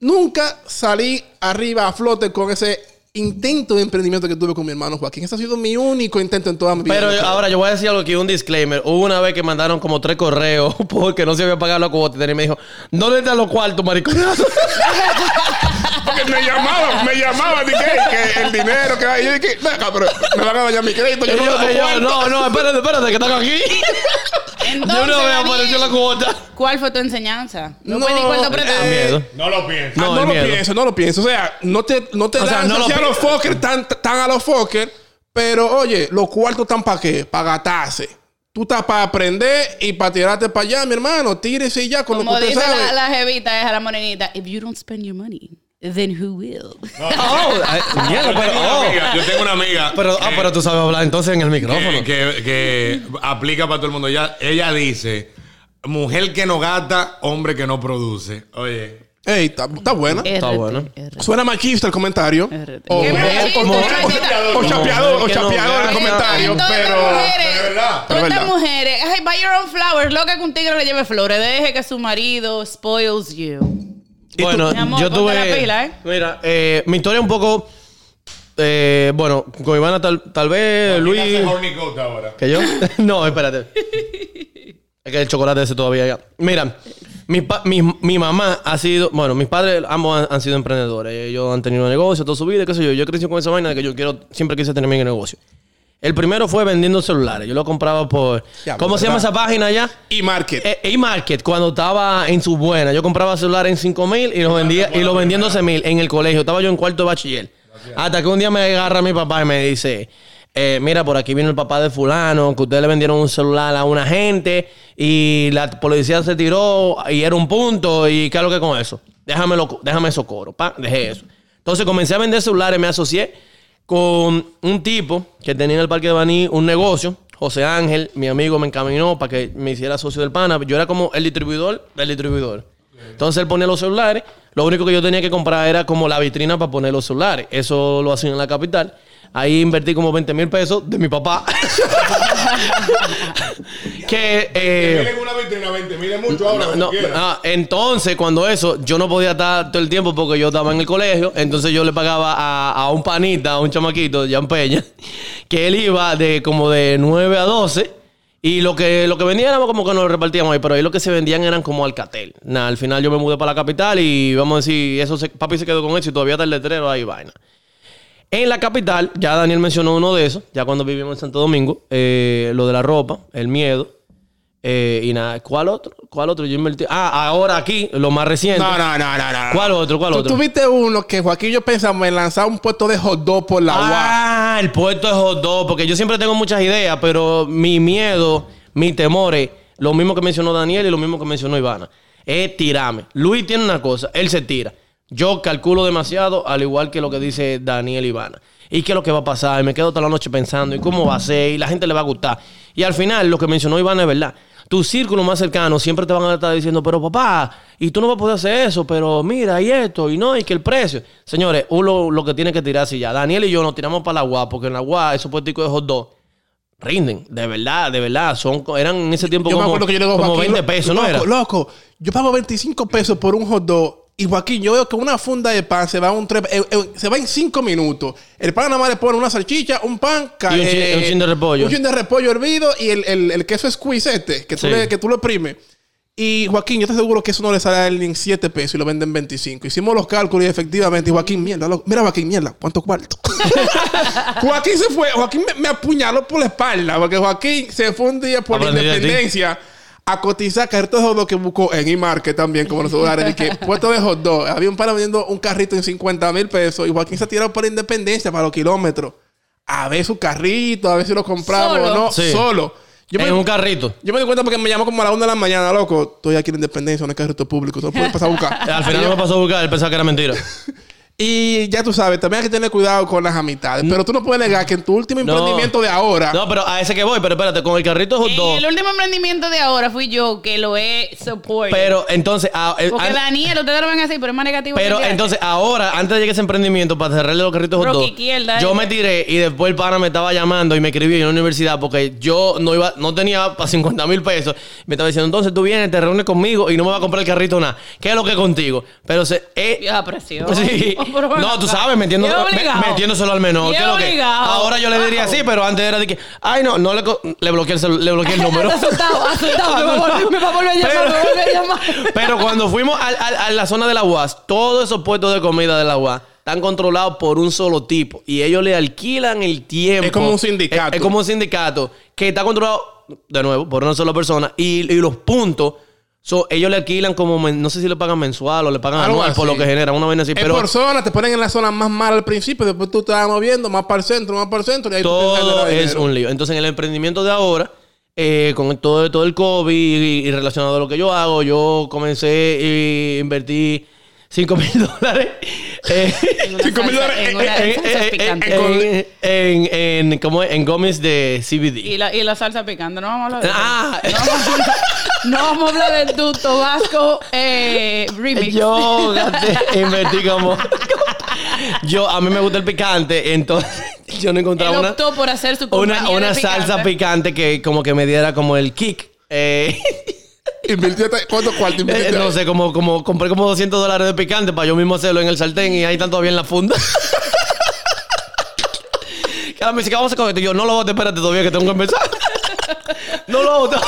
[SPEAKER 2] nunca salí arriba a flote con ese intento de emprendimiento que tuve con mi hermano Joaquín. Ese ha sido mi único intento en toda mi vida.
[SPEAKER 3] Pero
[SPEAKER 2] Yo
[SPEAKER 3] yo-
[SPEAKER 2] creo.
[SPEAKER 3] ahora yo voy a decir algo aquí, un disclaimer. Hubo una vez que mandaron como tres correos *laughs* porque no se había pagado la cuota y me dijo, ¿dónde están los cuartos, maricón?
[SPEAKER 2] Porque me llamaban, me llamaban, dije que, el dinero que hay. Yo dije, "Venga, pero me van a dañar mi crédito. Yo
[SPEAKER 3] *laughs* Y
[SPEAKER 2] no
[SPEAKER 3] yo-
[SPEAKER 2] tengo
[SPEAKER 3] y yo,
[SPEAKER 2] cuarto".
[SPEAKER 3] no, no, espérate, espérate, que están aquí.
[SPEAKER 1] Entonces,
[SPEAKER 3] Yo no me
[SPEAKER 1] Daniel,
[SPEAKER 3] apareció la cuota.
[SPEAKER 1] ¿Cuál fue tu enseñanza? No,
[SPEAKER 2] No,
[SPEAKER 1] pedí cuarto prestado.
[SPEAKER 2] eh,
[SPEAKER 3] Miedo.
[SPEAKER 4] No lo pienso.
[SPEAKER 2] Ah,
[SPEAKER 3] No,
[SPEAKER 2] No,
[SPEAKER 3] el
[SPEAKER 2] lo
[SPEAKER 3] miedo.
[SPEAKER 2] pienso, no lo pienso. O sea, no te, no te
[SPEAKER 3] O sea,
[SPEAKER 2] dan
[SPEAKER 3] no lo
[SPEAKER 2] así a
[SPEAKER 3] pi-
[SPEAKER 2] los fuckers, tan, tan a los fuckers. Pero oye, los cuartos están para qué? Para gastarse. Tú estás para aprender y para tirarte para allá, mi hermano. Tírese y ya con
[SPEAKER 1] Como
[SPEAKER 2] lo que
[SPEAKER 1] dice
[SPEAKER 2] usted sabe.
[SPEAKER 1] la, la jevita es a la morenita, if you don't spend your money, then who will?
[SPEAKER 3] Oh, ay, mierda,
[SPEAKER 4] Yo
[SPEAKER 3] pero,
[SPEAKER 4] tengo una
[SPEAKER 3] oh.
[SPEAKER 4] amiga- Yo tengo una amiga.
[SPEAKER 3] Pero, ah,
[SPEAKER 4] que-
[SPEAKER 3] pero tú sabes hablar entonces en el micrófono.
[SPEAKER 4] que, que- que aplica para todo el mundo. Ella, ella dice: mujer que no gasta, hombre que no produce. Oye.
[SPEAKER 3] Eh,
[SPEAKER 2] Ey, está- está buena.
[SPEAKER 1] Está
[SPEAKER 3] bueno.
[SPEAKER 2] Suena machista el comentario.
[SPEAKER 1] RT.
[SPEAKER 2] O,
[SPEAKER 1] Qué
[SPEAKER 2] o-
[SPEAKER 1] machista,
[SPEAKER 2] o- o-
[SPEAKER 1] machista.
[SPEAKER 2] o chapeador, o
[SPEAKER 3] Que no
[SPEAKER 2] chapeador
[SPEAKER 3] gasta.
[SPEAKER 2] el comentario.
[SPEAKER 1] Todas estas
[SPEAKER 2] Pero.
[SPEAKER 1] mujeres,
[SPEAKER 4] pero es verdad.
[SPEAKER 2] Pero
[SPEAKER 1] Todas
[SPEAKER 2] es
[SPEAKER 1] estas
[SPEAKER 2] verdad.
[SPEAKER 1] mujeres, ay, buy your own flowers, loca que un tigre le lleve flores, deje que su marido spoils you.
[SPEAKER 3] Bueno,
[SPEAKER 1] Mi amor,
[SPEAKER 3] yo
[SPEAKER 1] ponte
[SPEAKER 3] tuve.
[SPEAKER 1] la pila, ¿eh?
[SPEAKER 3] Mira, eh, mi historia un poco. eh, bueno, con Ivana tal, tal vez, Luis.
[SPEAKER 4] Ella hace horny goat ahora.
[SPEAKER 3] ¿Que yo? *laughs* no, espérate. Es que el chocolate ese todavía ya. Mira, mi, pa- mi, mi mamá ha sido. Bueno, mis padres ambos han, han sido emprendedores. Ellos han tenido negocios toda su vida, qué sé yo. Yo crecí con esa vaina de que yo quiero. Siempre quise tener mi negocio. El primero fue vendiendo celulares. Yo lo compraba por.
[SPEAKER 2] Ya,
[SPEAKER 3] ¿Cómo se llama
[SPEAKER 2] ¿verdad?
[SPEAKER 3] esa página ya?
[SPEAKER 2] Y market.
[SPEAKER 3] E- E-Market, cuando estaba en su buena, yo compraba celular en 5 mil y lo vendía, y lo vendía en 12 mil en el colegio. Estaba yo en cuarto de bachiller. Hasta que un día me agarra mi papá y me dice: eh, Mira, por aquí vino el papá de Fulano, que ustedes le vendieron un celular a una gente y la policía se tiró y era un punto. ¿Y qué es lo que con eso? Déjamelo, déjame eso coro. Pa, dejé eso. Entonces comencé a vender celulares, me asocié con un tipo que tenía en el Parque de Baní un negocio. José Ángel, mi amigo, me encaminó para que me hiciera socio del pana. Yo era como el distribuidor del distribuidor. Entonces él ponía los celulares. Lo único que yo tenía que comprar era como la vitrina para poner los celulares. Eso lo hacían en la capital. Ahí invertí como 20 mil pesos de mi papá. *laughs* que. eh,
[SPEAKER 4] Miren una vitrina, 20 mil es mucho ahora.
[SPEAKER 3] no,
[SPEAKER 4] como quiera.
[SPEAKER 3] ah, entonces, cuando eso, yo no podía estar todo el tiempo porque yo estaba en el colegio. Entonces yo le pagaba a, a un panita, a un chamaquito, Jan Peña, *laughs* que él iba de como de 9 a 12. Y lo que, lo que vendía era como que nos lo repartíamos ahí, pero ahí lo que se vendían eran como Alcatel. Nada, al final yo me mudé para la capital y vamos a decir, eso se- papi se quedó con eso y todavía está el letrero ahí, vaina. En la capital, ya Daniel mencionó uno de esos, ya cuando vivimos en Santo Domingo, eh, lo de la ropa, el miedo. eh, y nada, ¿cuál otro? ¿Cuál otro? Yo invertí. Ah, ahora aquí, lo más reciente.
[SPEAKER 2] No, no, no, no, no.
[SPEAKER 3] ¿Cuál otro? ¿Cuál
[SPEAKER 2] Tú
[SPEAKER 3] otro?
[SPEAKER 2] tuviste uno que Joaquín y yo pensamos en lanzar un puesto de hot dog por la UAS.
[SPEAKER 3] Ah, el puesto es hot dog, porque yo siempre tengo muchas ideas, pero mi miedo, mi temor es lo mismo que mencionó Daniel y lo mismo que mencionó Ivana. Es tirarme. Luis tiene una cosa, él se tira. Yo calculo demasiado, al igual que lo que dice Daniel y Ivana. ¿Y qué es lo que va a pasar? Y me quedo toda la noche pensando, ¿y cómo va a ser? Y la gente le va a gustar. Y al final, lo que mencionó Ivana es verdad. Tu círculo más cercano siempre te van a estar diciendo, pero papá, y tú no vas a poder hacer eso, pero mira, y esto, y no, y que el precio. Señores, uno lo que tiene que tirarse ya. Daniel y yo nos tiramos para la UA, porque en la UA esos puesticos de hot dog rinden, de verdad, de verdad. Son, eran en ese tiempo
[SPEAKER 2] Yo me
[SPEAKER 3] como,
[SPEAKER 2] acuerdo que yo le digo a
[SPEAKER 3] como
[SPEAKER 2] Joaquín,
[SPEAKER 3] 20
[SPEAKER 2] lo-
[SPEAKER 3] pesos, ¿no
[SPEAKER 2] loco,
[SPEAKER 3] era?
[SPEAKER 2] Loco, yo pago 25 pesos por un hot dog. Y Joaquín, yo veo que una funda de pan se va, un tre- eh, eh, se va en 5 minutos. El pan nada más le pone una salchicha, un pan, ca- eh,
[SPEAKER 3] Y un chin- un chin de repollo.
[SPEAKER 2] Un chin de repollo hervido y el, el- el queso squeeze este, que tú,
[SPEAKER 3] Sí.
[SPEAKER 2] le- que tú lo exprimes. Y Joaquín, yo te aseguro que eso no le sale a él ni en 7 pesos y lo venden 25. Hicimos los cálculos y efectivamente, y Joaquín, mierda, loco. mira Joaquín, mierda, ¿cuánto
[SPEAKER 3] *laughs*
[SPEAKER 2] cuarto? Joaquín se fue, Joaquín me, me apuñaló por la espalda, porque Joaquín se fue un día por la
[SPEAKER 3] Aprendí de ti.
[SPEAKER 2] independencia a cotizar carritos de hot dog que buscó en e-market también, como los celulares. y que puesto de hot dog, había un pana vendiendo un carrito en 50 mil pesos y Joaquín se ha tirado por la independencia para los kilómetros a ver su carrito, a ver si lo compramos
[SPEAKER 1] Solo.
[SPEAKER 2] o no.
[SPEAKER 3] Sí.
[SPEAKER 2] Solo. Yo
[SPEAKER 3] en
[SPEAKER 2] me,
[SPEAKER 3] un carrito.
[SPEAKER 2] yo me di cuenta porque me llamó como a la una de la mañana, loco. Estoy aquí en Independencia, no hay carrito público. Tú no puedes pasar a buscar.
[SPEAKER 3] *laughs* Al final no me pasó a buscar, él pensaba que
[SPEAKER 2] *laughs*
[SPEAKER 3] era mentira.
[SPEAKER 2] Y ya tú sabes, también hay que tener cuidado con las amistades. Pero tú no puedes negar que en tu último
[SPEAKER 3] No.
[SPEAKER 2] emprendimiento de ahora.
[SPEAKER 3] No, pero a ese que voy, pero espérate, con el carrito es
[SPEAKER 1] En
[SPEAKER 3] hot dog.
[SPEAKER 1] el último emprendimiento de ahora fui yo que lo he support.
[SPEAKER 3] Pero entonces, a- eh,
[SPEAKER 1] Porque
[SPEAKER 3] an-
[SPEAKER 1] Daniel, ustedes lo ven así, pero es más negativo.
[SPEAKER 3] pero
[SPEAKER 1] que el
[SPEAKER 3] entonces ahora, antes de llegar ese emprendimiento, para cerrarle los carritos hot
[SPEAKER 1] Rocky
[SPEAKER 3] dog,
[SPEAKER 1] izquierda,
[SPEAKER 3] yo
[SPEAKER 1] eh.
[SPEAKER 3] me tiré y después el pana me estaba llamando y me escribió en la universidad porque yo no iba, no tenía para 50 mil pesos. Me estaba diciendo, entonces tú vienes, te reúnes conmigo y no me vas a comprar el carrito nada. ¿Qué es lo que es contigo? Pero se, eh,
[SPEAKER 1] Vieja presión.
[SPEAKER 3] Sí.
[SPEAKER 1] *laughs* Oh, pero ven
[SPEAKER 3] No, tú
[SPEAKER 1] acá.
[SPEAKER 3] sabes, metiendo,
[SPEAKER 1] Bien
[SPEAKER 3] me-
[SPEAKER 1] obligado.
[SPEAKER 3] metiéndoselo al menor.
[SPEAKER 1] Bien
[SPEAKER 3] ¿qué es lo que?
[SPEAKER 1] obligado.
[SPEAKER 3] Ahora yo le diría
[SPEAKER 1] Wow.
[SPEAKER 3] así, pero antes era de que, ay, no, no le, co- le bloqueé el, celu- le
[SPEAKER 1] *laughs*
[SPEAKER 3] bloqueé el número.
[SPEAKER 1] asustado,
[SPEAKER 3] *laughs*
[SPEAKER 1] asustado. me, vol- me va a volver a llamar, me va a volver a llamar.
[SPEAKER 3] Pero cuando fuimos al- al- a, la zona de la UAS, todos esos puestos de comida de la UAS están controlados por un solo tipo y ellos le alquilan el tiempo.
[SPEAKER 2] Es como un sindicato.
[SPEAKER 3] Es, es como un sindicato que está controlado, de nuevo, por una sola persona y, y los puntos. so, ellos le alquilan como, men- no sé si le pagan mensual o le pagan
[SPEAKER 2] Algo
[SPEAKER 3] anual por
[SPEAKER 2] así.
[SPEAKER 3] lo que generan, una vaina así.
[SPEAKER 2] Es
[SPEAKER 3] pero
[SPEAKER 2] por zona, te ponen en la zona más mala al principio, después tú te vas moviendo más para el centro, más para el centro, y ahí tú te
[SPEAKER 3] todo
[SPEAKER 2] ganas
[SPEAKER 3] es
[SPEAKER 2] dinero.
[SPEAKER 3] un lío. Entonces, en el emprendimiento de ahora, eh, con todo, todo el COVID y, y relacionado a lo que yo hago, yo comencé y invertí 5 *laughs* mil dólares. eh, *laughs*
[SPEAKER 2] Cinco mil dólares, eh,
[SPEAKER 1] En una
[SPEAKER 3] en-
[SPEAKER 1] salsa
[SPEAKER 3] en-
[SPEAKER 1] picante.
[SPEAKER 3] en- en- en- ¿cómo es? En gomis de
[SPEAKER 1] Y
[SPEAKER 3] CBD.
[SPEAKER 1] la, y la salsa picante, no vamos a hablar de
[SPEAKER 3] Ah.
[SPEAKER 1] eso. no vamos a hablar, no vamos a hablar del Duto Vasco eh, remix.
[SPEAKER 3] Yo gasté, invertí como. *laughs* Yo, a mí me gusta el picante, entonces *laughs* yo no
[SPEAKER 1] Él
[SPEAKER 3] encontraba una.
[SPEAKER 1] optó por hacer su
[SPEAKER 3] Una,
[SPEAKER 1] compañía
[SPEAKER 3] una
[SPEAKER 1] de picante.
[SPEAKER 3] salsa picante que como que me diera como el kick. Eh,
[SPEAKER 2] Invirtió hasta- ¿Cuánto cuarto
[SPEAKER 3] Eh,
[SPEAKER 2] invirtió?
[SPEAKER 3] *laughs* no sé, como, como compré como 200 dólares de picante para yo mismo hacerlo en el sartén y ahí están todavía en la funda. *laughs* Que ahora me dice, ¿qué vamos a hacer con esto? Y yo, no lo bote, espérate todavía que tengo que empezar. *laughs* no lo bote. *laughs*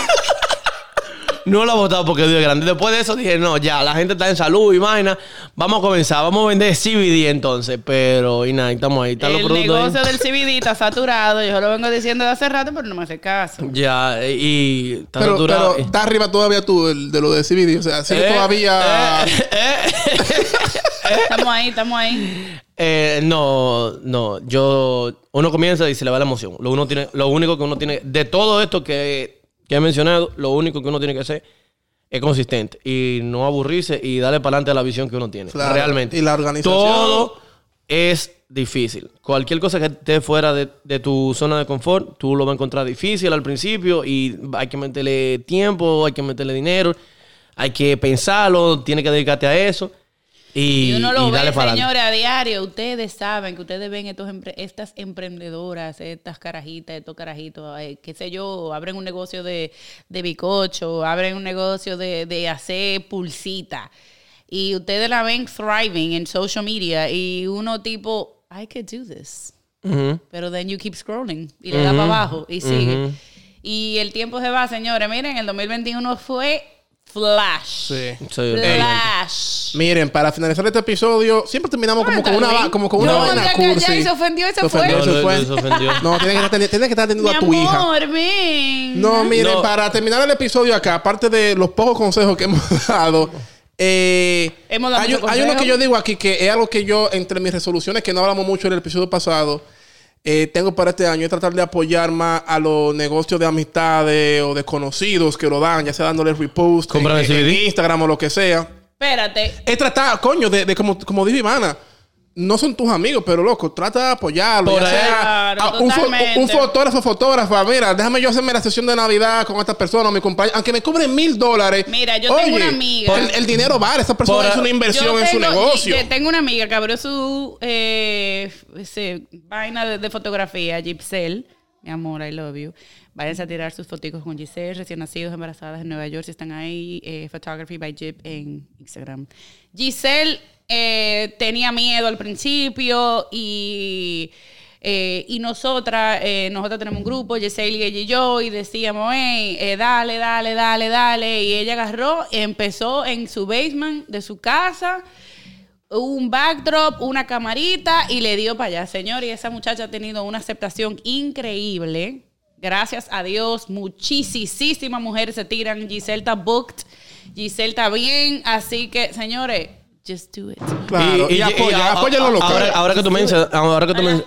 [SPEAKER 3] No lo he votado porque Dios es grande. Después de eso dije, no, ya, la gente está en salud y vaina. Vamos a comenzar, vamos a vender CBD entonces. Pero, y nada, estamos ahí. Están los
[SPEAKER 1] El
[SPEAKER 3] productos ¿eh? ahí.
[SPEAKER 1] negocio del CBD está saturado. Yo lo vengo diciendo de hace rato, pero no me hace caso.
[SPEAKER 3] Ya, eh, y está
[SPEAKER 2] Pero,
[SPEAKER 3] saturado.
[SPEAKER 2] pero está arriba todavía tú el de lo de CBD, o sea, sigue
[SPEAKER 3] Eh,
[SPEAKER 2] todavía.
[SPEAKER 3] eh, eh.
[SPEAKER 1] Estamos ahí, estamos ahí.
[SPEAKER 3] Eh, no, no. Yo. Uno comienza y se le va la emoción. Lo, uno tiene, lo único que uno tiene. De todo esto que, que he mencionado, lo único que uno tiene que hacer es consistente. Y no aburrirse y darle para adelante a la visión que uno tiene.
[SPEAKER 2] Claro.
[SPEAKER 3] Realmente.
[SPEAKER 2] Y la organización.
[SPEAKER 3] Todo es difícil. Cualquier cosa que esté fuera de, de tu zona de confort, tú lo vas a encontrar difícil al principio. Y hay que meterle tiempo, hay que meterle dinero. Hay que pensarlo, tienes que dedicarte a eso. Y,
[SPEAKER 1] Y uno lo
[SPEAKER 3] y darle
[SPEAKER 1] ve,
[SPEAKER 3] para adelante.
[SPEAKER 1] señores, a diario. Ustedes saben que ustedes ven estos empre- estas emprendedoras, estas carajitas, estos carajitos, eh, qué sé yo, abren un negocio de, de bicocho, abren un negocio de, de hacer pulsita. Y ustedes la ven thriving en social media y uno tipo, I could do this.
[SPEAKER 3] Ujú.
[SPEAKER 1] Pero then you keep scrolling y le da para abajo y sigue. Y el tiempo se va, señores. Miren, el 2021 fue flash.
[SPEAKER 2] Sí.
[SPEAKER 3] Sí,
[SPEAKER 1] Flash.
[SPEAKER 2] Miren, para finalizar este episodio, siempre terminamos como con una, va- como con una
[SPEAKER 1] Ah, No,
[SPEAKER 2] vaina
[SPEAKER 1] ya que ya
[SPEAKER 2] cursi.
[SPEAKER 1] y se ofendió, y se fue.
[SPEAKER 2] ofendió,
[SPEAKER 3] No,
[SPEAKER 2] se
[SPEAKER 3] no,
[SPEAKER 2] fue.
[SPEAKER 3] no, se ofendió.
[SPEAKER 2] *laughs* No, tienes que, estar atendi- tienes que estar atendiendo a tu
[SPEAKER 1] Mi
[SPEAKER 2] hija.
[SPEAKER 1] amor, ven.
[SPEAKER 2] No, miren,
[SPEAKER 3] No.
[SPEAKER 2] para terminar el episodio acá, aparte de los pocos consejos que *laughs* hemos dado, eh,
[SPEAKER 1] Hemos dado
[SPEAKER 2] hay,
[SPEAKER 1] muchos
[SPEAKER 2] un- hay uno
[SPEAKER 1] consejos.
[SPEAKER 2] que yo digo aquí que es algo que yo, entre mis resoluciones, que no hablamos mucho en el episodio pasado, eh, tengo para este año, es tratar de apoyar más a los negocios de amistades o desconocidos que lo dan, ya sea dándole repost en,
[SPEAKER 3] Compran el
[SPEAKER 2] en
[SPEAKER 3] CBD.
[SPEAKER 2] Instagram o lo que sea.
[SPEAKER 1] Espérate.
[SPEAKER 2] Es tratar, coño, de, de como, como dijo Ivana. No son tus amigos, pero loco, trata de apoyarlos.
[SPEAKER 3] Por
[SPEAKER 2] ya
[SPEAKER 3] ahí.
[SPEAKER 2] sea,
[SPEAKER 1] Claro,
[SPEAKER 2] a- un, fo-
[SPEAKER 1] totalmente.
[SPEAKER 2] un fotógrafo, fotógrafa, mira, déjame yo hacerme la sesión de Navidad con esta persona, mi compañero, aunque me cobre mil dólares.
[SPEAKER 1] Mira, yo tengo una amiga.
[SPEAKER 2] El, el dinero vale, esa persona
[SPEAKER 3] Por
[SPEAKER 2] hizo
[SPEAKER 3] ahí.
[SPEAKER 2] una inversión
[SPEAKER 1] Yo
[SPEAKER 2] en su
[SPEAKER 1] tengo-
[SPEAKER 2] negocio.
[SPEAKER 1] yo Tengo una amiga que abrió su eh, ese, vaina de, de fotografía, Gipsel. Mi amor, I love you. Váyanse a tirar sus foticos con Giselle, recién nacidos, embarazadas en Nueva York. Si están ahí, eh, Photography by Jip en Instagram. Giselle eh, tenía miedo al principio y Eh, y nosotras, eh, nosotras tenemos un grupo, Yesenia y yo, y decíamos, hey, eh, dale, dale, dale, dale. Y ella agarró, empezó en su basement de su casa, un backdrop, una camarita, y le dio para allá, señor. Y esa muchacha ha tenido una aceptación increíble. Gracias a Dios, muchísimas mujeres se tiran. Giselle está booked, Giselle está bien. Así que, señores, just do it.
[SPEAKER 2] Claro, y,
[SPEAKER 3] y- y
[SPEAKER 2] apoya,
[SPEAKER 3] a-
[SPEAKER 2] apoya lo
[SPEAKER 3] a-
[SPEAKER 2] local.
[SPEAKER 3] ah, Ahora, ahora que tú mencionas, ahora que tú men-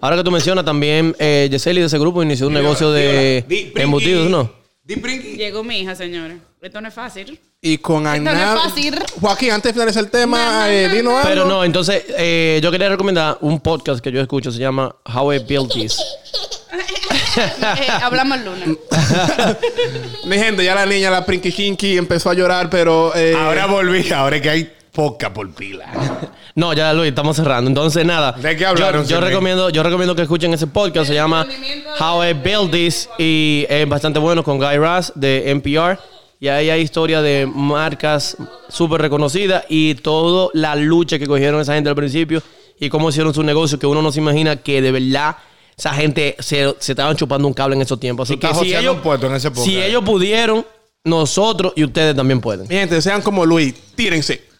[SPEAKER 3] Ahora que tú mencionas también, eh, Yeseli de ese grupo inició un negocio de
[SPEAKER 4] Di Pringui.
[SPEAKER 3] embutidos, ¿no?
[SPEAKER 4] Di Pringui.
[SPEAKER 1] Llegó mi hija, señores. Esto no es fácil.
[SPEAKER 2] Y con
[SPEAKER 1] Esto no es
[SPEAKER 2] Anar.
[SPEAKER 1] fácil.
[SPEAKER 2] Joaquín, antes de finalizar el tema,
[SPEAKER 1] No, no,
[SPEAKER 2] eh,
[SPEAKER 1] no,
[SPEAKER 2] dinos
[SPEAKER 1] no.
[SPEAKER 2] algo.
[SPEAKER 3] Pero no, entonces eh, yo quería recomendar un podcast que yo escucho, se llama How I Built This.
[SPEAKER 1] Eh, hablamos el lunes.
[SPEAKER 2] Mi gente, ya la niña, la Prinky Kinky, empezó a llorar, pero. eh,
[SPEAKER 4] Ahora volví, ahora es que hay poca por pila.
[SPEAKER 3] *laughs* No, ya Luis, estamos cerrando. Entonces, nada.
[SPEAKER 4] ¿De qué hablaron,
[SPEAKER 3] Yo, yo
[SPEAKER 4] Sergio?
[SPEAKER 3] recomiendo, yo recomiendo que escuchen ese podcast. Se llama How I Built This y es bastante bueno con Guy Raz de NPR. Y ahí hay historia de marcas súper reconocidas y toda la lucha que cogieron esa gente al principio y cómo hicieron su negocio que uno no se imagina que de verdad esa gente se, se estaban chupando un cable en esos tiempos. Así
[SPEAKER 4] Tú
[SPEAKER 3] que
[SPEAKER 4] estás
[SPEAKER 3] si
[SPEAKER 4] joseando
[SPEAKER 3] ellos,
[SPEAKER 4] un puesto en ese podcast.
[SPEAKER 3] si ellos pudieron, nosotros y ustedes también pueden.
[SPEAKER 2] Mi gente, sean como Luis, tírense.